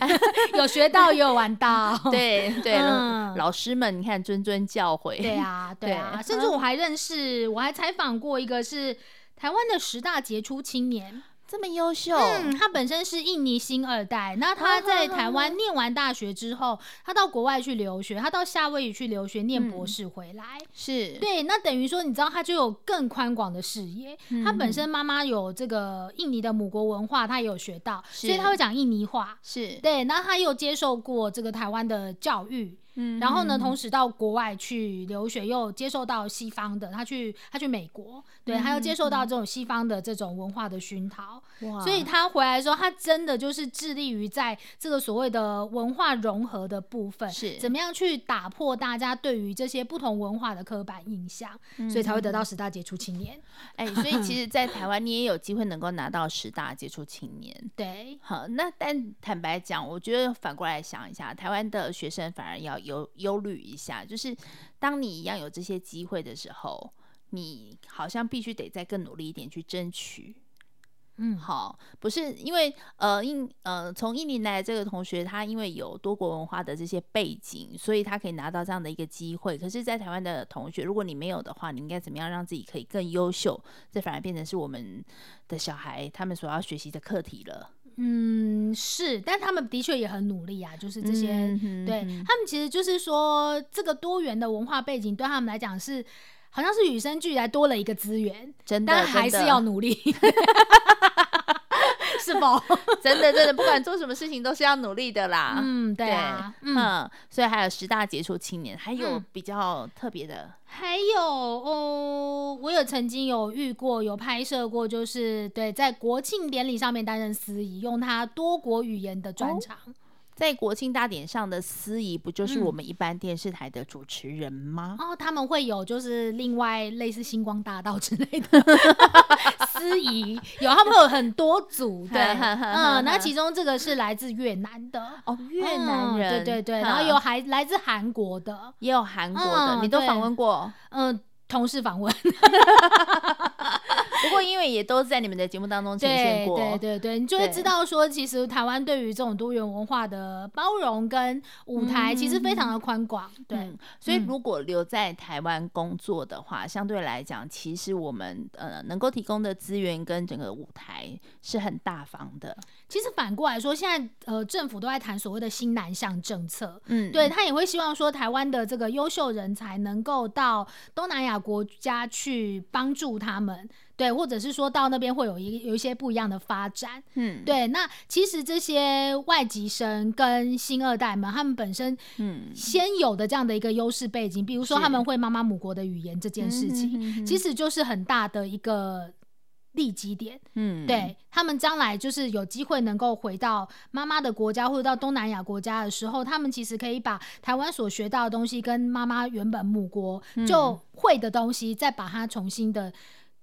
Speaker 2: 有学到也有玩到。
Speaker 1: 对对、
Speaker 2: 嗯
Speaker 1: 老师们，你看谆谆教诲，
Speaker 2: 对啊，对啊，
Speaker 1: 对
Speaker 2: 甚至我还认识，我还采访过一个是台湾的十大杰出青年，
Speaker 1: 这么优秀，
Speaker 2: 嗯，他本身是印尼新二代，那
Speaker 1: 啊
Speaker 2: 他在台湾念完大学之后，他到国外去留学，他到夏威夷去留学念
Speaker 1: 嗯
Speaker 2: 博士回来。
Speaker 1: 是
Speaker 2: 对，那等于说，你知道他就有更宽广的视野。
Speaker 1: 嗯
Speaker 2: 他本身妈妈有这个印尼的母国文化，他也有学到，所以
Speaker 1: 是
Speaker 2: 他会讲印尼话。
Speaker 1: 是，
Speaker 2: 对，那他又接受过这个台湾的教育，
Speaker 1: 嗯
Speaker 2: 然后呢，同时到国外去留学，又接受到西方的，他去他去美国，
Speaker 1: 嗯
Speaker 2: 对，他又接受到这种西方的这种文化的熏陶，
Speaker 1: 哇
Speaker 2: 所以他回来的时候，他真的就是致力于在这个所谓的文化融合的部分，
Speaker 1: 是
Speaker 2: 怎么样去打破大家对于这些不同文化的刻板印象，所以才会
Speaker 1: 嗯
Speaker 2: 得到十大杰出青年。
Speaker 1: 哎、所以其实，在台湾你也有机会能够拿到十大杰出青年。
Speaker 2: 对，
Speaker 1: 好，那但坦白讲，我觉得反过来想一下，台湾的学生反而要忧忧虑一下，就是当你一样有这些机会的时候，你好像必须得再更努力一点去争取。
Speaker 2: 嗯，
Speaker 1: 好，不是因为呃印呃从印尼来的这个同学，他因为有多国文化的这些背景，所以他可以拿到这样的一个机会。可是，在台湾的同学，如果你没有的话，你应该怎么样让自己可以更优秀？这反而变成是我们的小孩他们所要学习的课题了。
Speaker 2: 嗯，是，但他们的确也很努力啊，就是这些。
Speaker 1: 嗯哼
Speaker 2: 对
Speaker 1: 哼
Speaker 2: 他们其实就是说，这个多元的文化背景对他们来讲是好像是与生俱来多了一个资源，
Speaker 1: 真的
Speaker 2: 但还是
Speaker 1: 真的
Speaker 2: 要努力，是否？
Speaker 1: 真的真的，不管做什么事情都是要努力的啦。
Speaker 2: 嗯，对啊，
Speaker 1: 嗯
Speaker 2: 嗯，
Speaker 1: 所以还有十大杰出青年，还有
Speaker 2: 嗯
Speaker 1: 比较特别的，
Speaker 2: 还有哦，我有曾经有遇过，有拍摄过，就是对，在国庆典礼上面担任司仪，用他多国语言的专长。
Speaker 1: 哦在国庆大典上的司仪，不就是我
Speaker 2: 嗯
Speaker 1: 们一般电视台的主持人吗？
Speaker 2: 然后哦他们会有就是另外类似星光大道之类的司仪，有他们会有很多组， 对，嗯，那其中这个是来自越南的。
Speaker 1: 哦，越南
Speaker 2: 嗯
Speaker 1: 人，
Speaker 2: 对对对，
Speaker 1: 嗯
Speaker 2: 然后有还来自韩国的，
Speaker 1: 也有韩国的，
Speaker 2: 嗯
Speaker 1: 你都
Speaker 2: 对
Speaker 1: 访问过。
Speaker 2: 嗯，同事访问，
Speaker 1: 不过因为也都在你们的节目当中呈现
Speaker 2: 对
Speaker 1: 过，
Speaker 2: 对对对，你就会
Speaker 1: 对
Speaker 2: 知道说，其实台湾对于这种多元文化的包容跟舞台，其实非常的宽广。对
Speaker 1: 嗯，所以
Speaker 2: 嗯
Speaker 1: 如果留在台湾工作的话，相对来讲，其实我们呃能够提供的资源跟整个舞台是很大方的。
Speaker 2: 其实反过来说，现在呃政府都在谈所谓的新南向政策，
Speaker 1: 嗯，
Speaker 2: 对他也会希望说，台湾的这个优秀人才能够到东南亚国家去帮助他们，对，或者是说到那边会有一有一些不一样的发展。
Speaker 1: 嗯，
Speaker 2: 对，那其实这些外籍生跟新二代们，他们本身
Speaker 1: 嗯，
Speaker 2: 先有的这样的一个优势背景，比如说
Speaker 1: 是嗯
Speaker 2: 他们会妈妈母国的语言这件事情，
Speaker 1: 情
Speaker 2: 其
Speaker 1: 实，
Speaker 2: 实就是很大的一个利基点。
Speaker 1: 嗯，
Speaker 2: 对他们将来就是有机会能够回到妈妈的国家或者到东南亚国家的时候，他们其实可以把台湾所学到的东西跟妈妈原本母国
Speaker 1: 嗯
Speaker 2: 就会的东西，再把它重新的。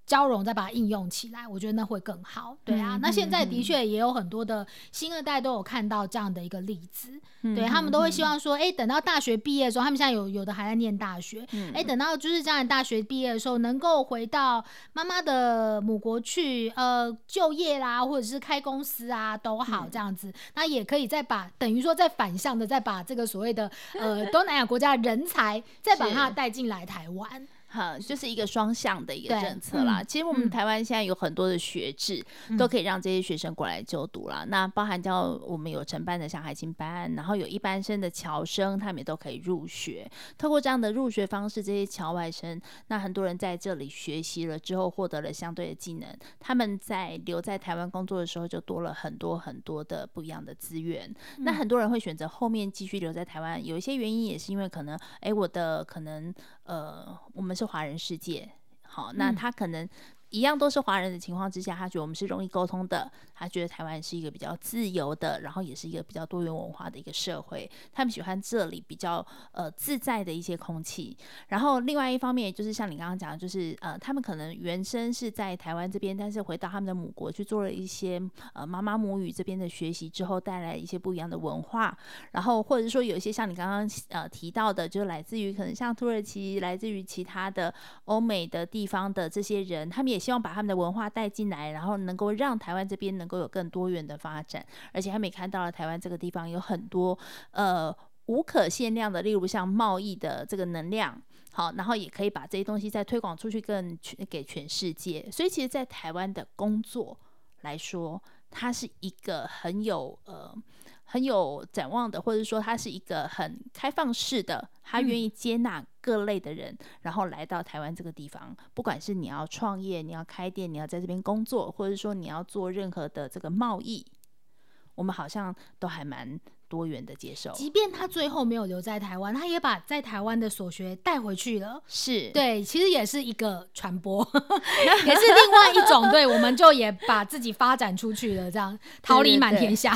Speaker 2: 交融再把它应用起来，我觉得那会更好。对啊，
Speaker 1: 嗯
Speaker 2: 那现在的
Speaker 1: 嗯
Speaker 2: 确也有很多的新二代都有看到这样的一个例子，
Speaker 1: 嗯，
Speaker 2: 对他们都会希望说，哎、等到大学毕业的时候，他们现在有有的还在念大学，
Speaker 1: 嗯，
Speaker 2: 哎、等到就是将来大学毕业的时候，能够回到妈妈的母国去，呃，就业啦，或者是开公司啊，都
Speaker 1: 嗯
Speaker 2: 好这样子。那也可以再把等于说再反向的再把这个所谓的呃东南亚国家的人才，再把它
Speaker 1: 是
Speaker 2: 带进来台湾。
Speaker 1: 好，就是一个双向的一个
Speaker 2: 对
Speaker 1: 政策啦。
Speaker 2: 嗯
Speaker 1: 其实我们
Speaker 2: 嗯
Speaker 1: 台湾现在有很多的学制，
Speaker 2: 嗯
Speaker 1: 都可以让这些学生过来就读啦。那包含到我们有承办的小海青班，然后有一般生的侨生，他们也都可以入学。透过这样的入学方式，这些侨外生，那很多人在这里学习了之后，获得了相对的技能，他们在留在台湾工作的时候，就多了很多很多的不一样的资源。那很多人会选择后面继续留在台湾，有一些原因也是因为可能，诶，我的可能呃，我们是华人世界，好，那
Speaker 2: 嗯
Speaker 1: 他可能一样都是华人的情况之下，他觉得我们是容易沟通的，他觉得台湾是一个比较自由的，然后也是一个比较多元文化的一个社会，他们喜欢这里比较呃自在的一些空气。然后另外一方面就是像你刚刚讲的，就是呃，他们可能原生是在台湾这边，但是回到他们的母国去做了一些呃妈妈母语这边的学习之后，带来一些不一样的文化，然后或者说有一些像你刚刚呃提到的，就是来自于可能像土耳其，来自于其他的欧美的地方的这些人，他们也希望把他们的文化带进来，然后能够让台湾这边能够有更多元的发展。而且他们也看到了台湾这个地方有很多呃无可限量的，例如像贸易的这个能量。好，然后也可以把这些东西再推广出去更全，给全世界。所以，其实，在台湾的工作来说，它是一个很有呃很有展望的，或者说它是一个很开放式的，他
Speaker 2: 嗯
Speaker 1: 愿意接纳各类的人，然后来到台湾这个地方。不管是你要创业、你要开店、你要在这边工作，或者说你要做任何的这个贸易，我们好像都还蛮多元的接受。
Speaker 2: 即便他最后没有留在台湾，他也把在台湾的所学带回去了。
Speaker 1: 是，
Speaker 2: 对，其实也是一个传播， 也是另外一种。对，我们就也把自己发展出去了，这样逃离满天下。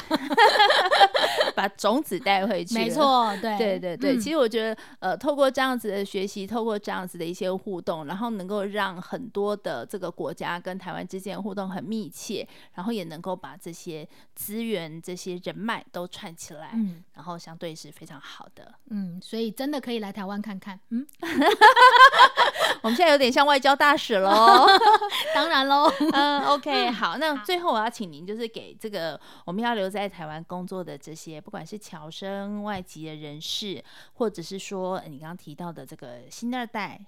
Speaker 1: 把种子带回去。
Speaker 2: 没。错，对，
Speaker 1: 对对对，
Speaker 2: 嗯
Speaker 1: 其实我觉得，呃，透过这样子的学习，透过这样子的一些互动，然后能够让很多的这个国家跟台湾之间的互动很密切，然后也能够把这些资源、这些人脉都串起来，
Speaker 2: 嗯
Speaker 1: 然后相对是非常好的。
Speaker 2: 嗯，所以真的可以来台湾看看。嗯，
Speaker 1: 我们现在有点像外交大使喽。
Speaker 2: 当然喽。
Speaker 1: 嗯，OK，好，那
Speaker 2: 好
Speaker 1: 最后我要请您就是给这个我们要留在台湾工作的这些，不管是侨生、外籍的人士，或者是说呃你刚刚提到的这个新二代，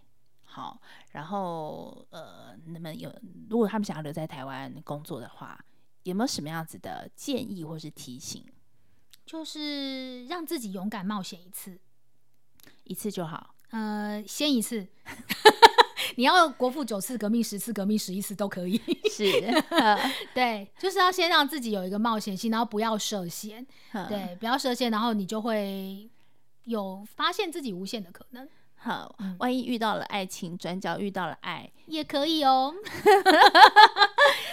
Speaker 1: 好，然后呃，那么有如果他们想要留在台湾工作的话，有没有什么样子的建议或是提醒？
Speaker 2: 就是让自己勇敢冒险一次，
Speaker 1: 一次就好，
Speaker 2: 呃，先一次，你要国父九次革命、十次革命、十一次都可以。
Speaker 1: 是，
Speaker 2: 对，就是要先让自己有一个冒险心，然后不要设限。
Speaker 1: 嗯，
Speaker 2: 对，不要设限，然后你就会有发现自己无限的可能，
Speaker 1: 好
Speaker 2: 嗯，
Speaker 1: 万一遇到了爱情，转角遇到了爱，
Speaker 2: 也可以 哦。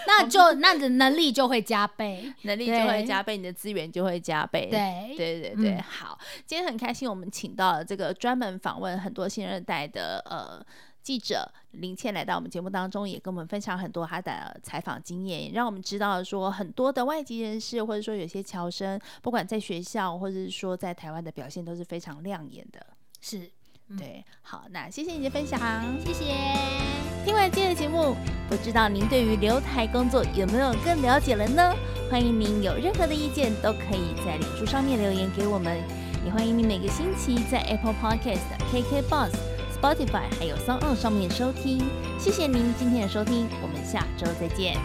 Speaker 2: 那就那你的能力就会加倍。
Speaker 1: 能力就会加倍，你的资源就会加倍。
Speaker 2: 对
Speaker 1: 对对对，
Speaker 2: 嗯
Speaker 1: 好，今天很开心，我们请到了这个专门访问很多新二代的呃记者林倩来到我们节目当中，也跟我们分享很多她的采访经验，也让我们知道说很多的外籍人士或者说有些侨生，不管在学校或者是说在台湾的表现都是非常亮眼的。
Speaker 2: 是，嗯
Speaker 1: 对，好，那谢谢你的分享。
Speaker 2: 谢谢。
Speaker 1: 听完今天的节目，不知道您对于留台工作有没有更了解了呢？欢迎您有任何的意见都可以在脸书上面留言给我们，也欢迎您每个星期在 Apple Podcast、KK Box、Spotify 还有 s o n 上面收听。谢谢您今天的收听，我们下周再见，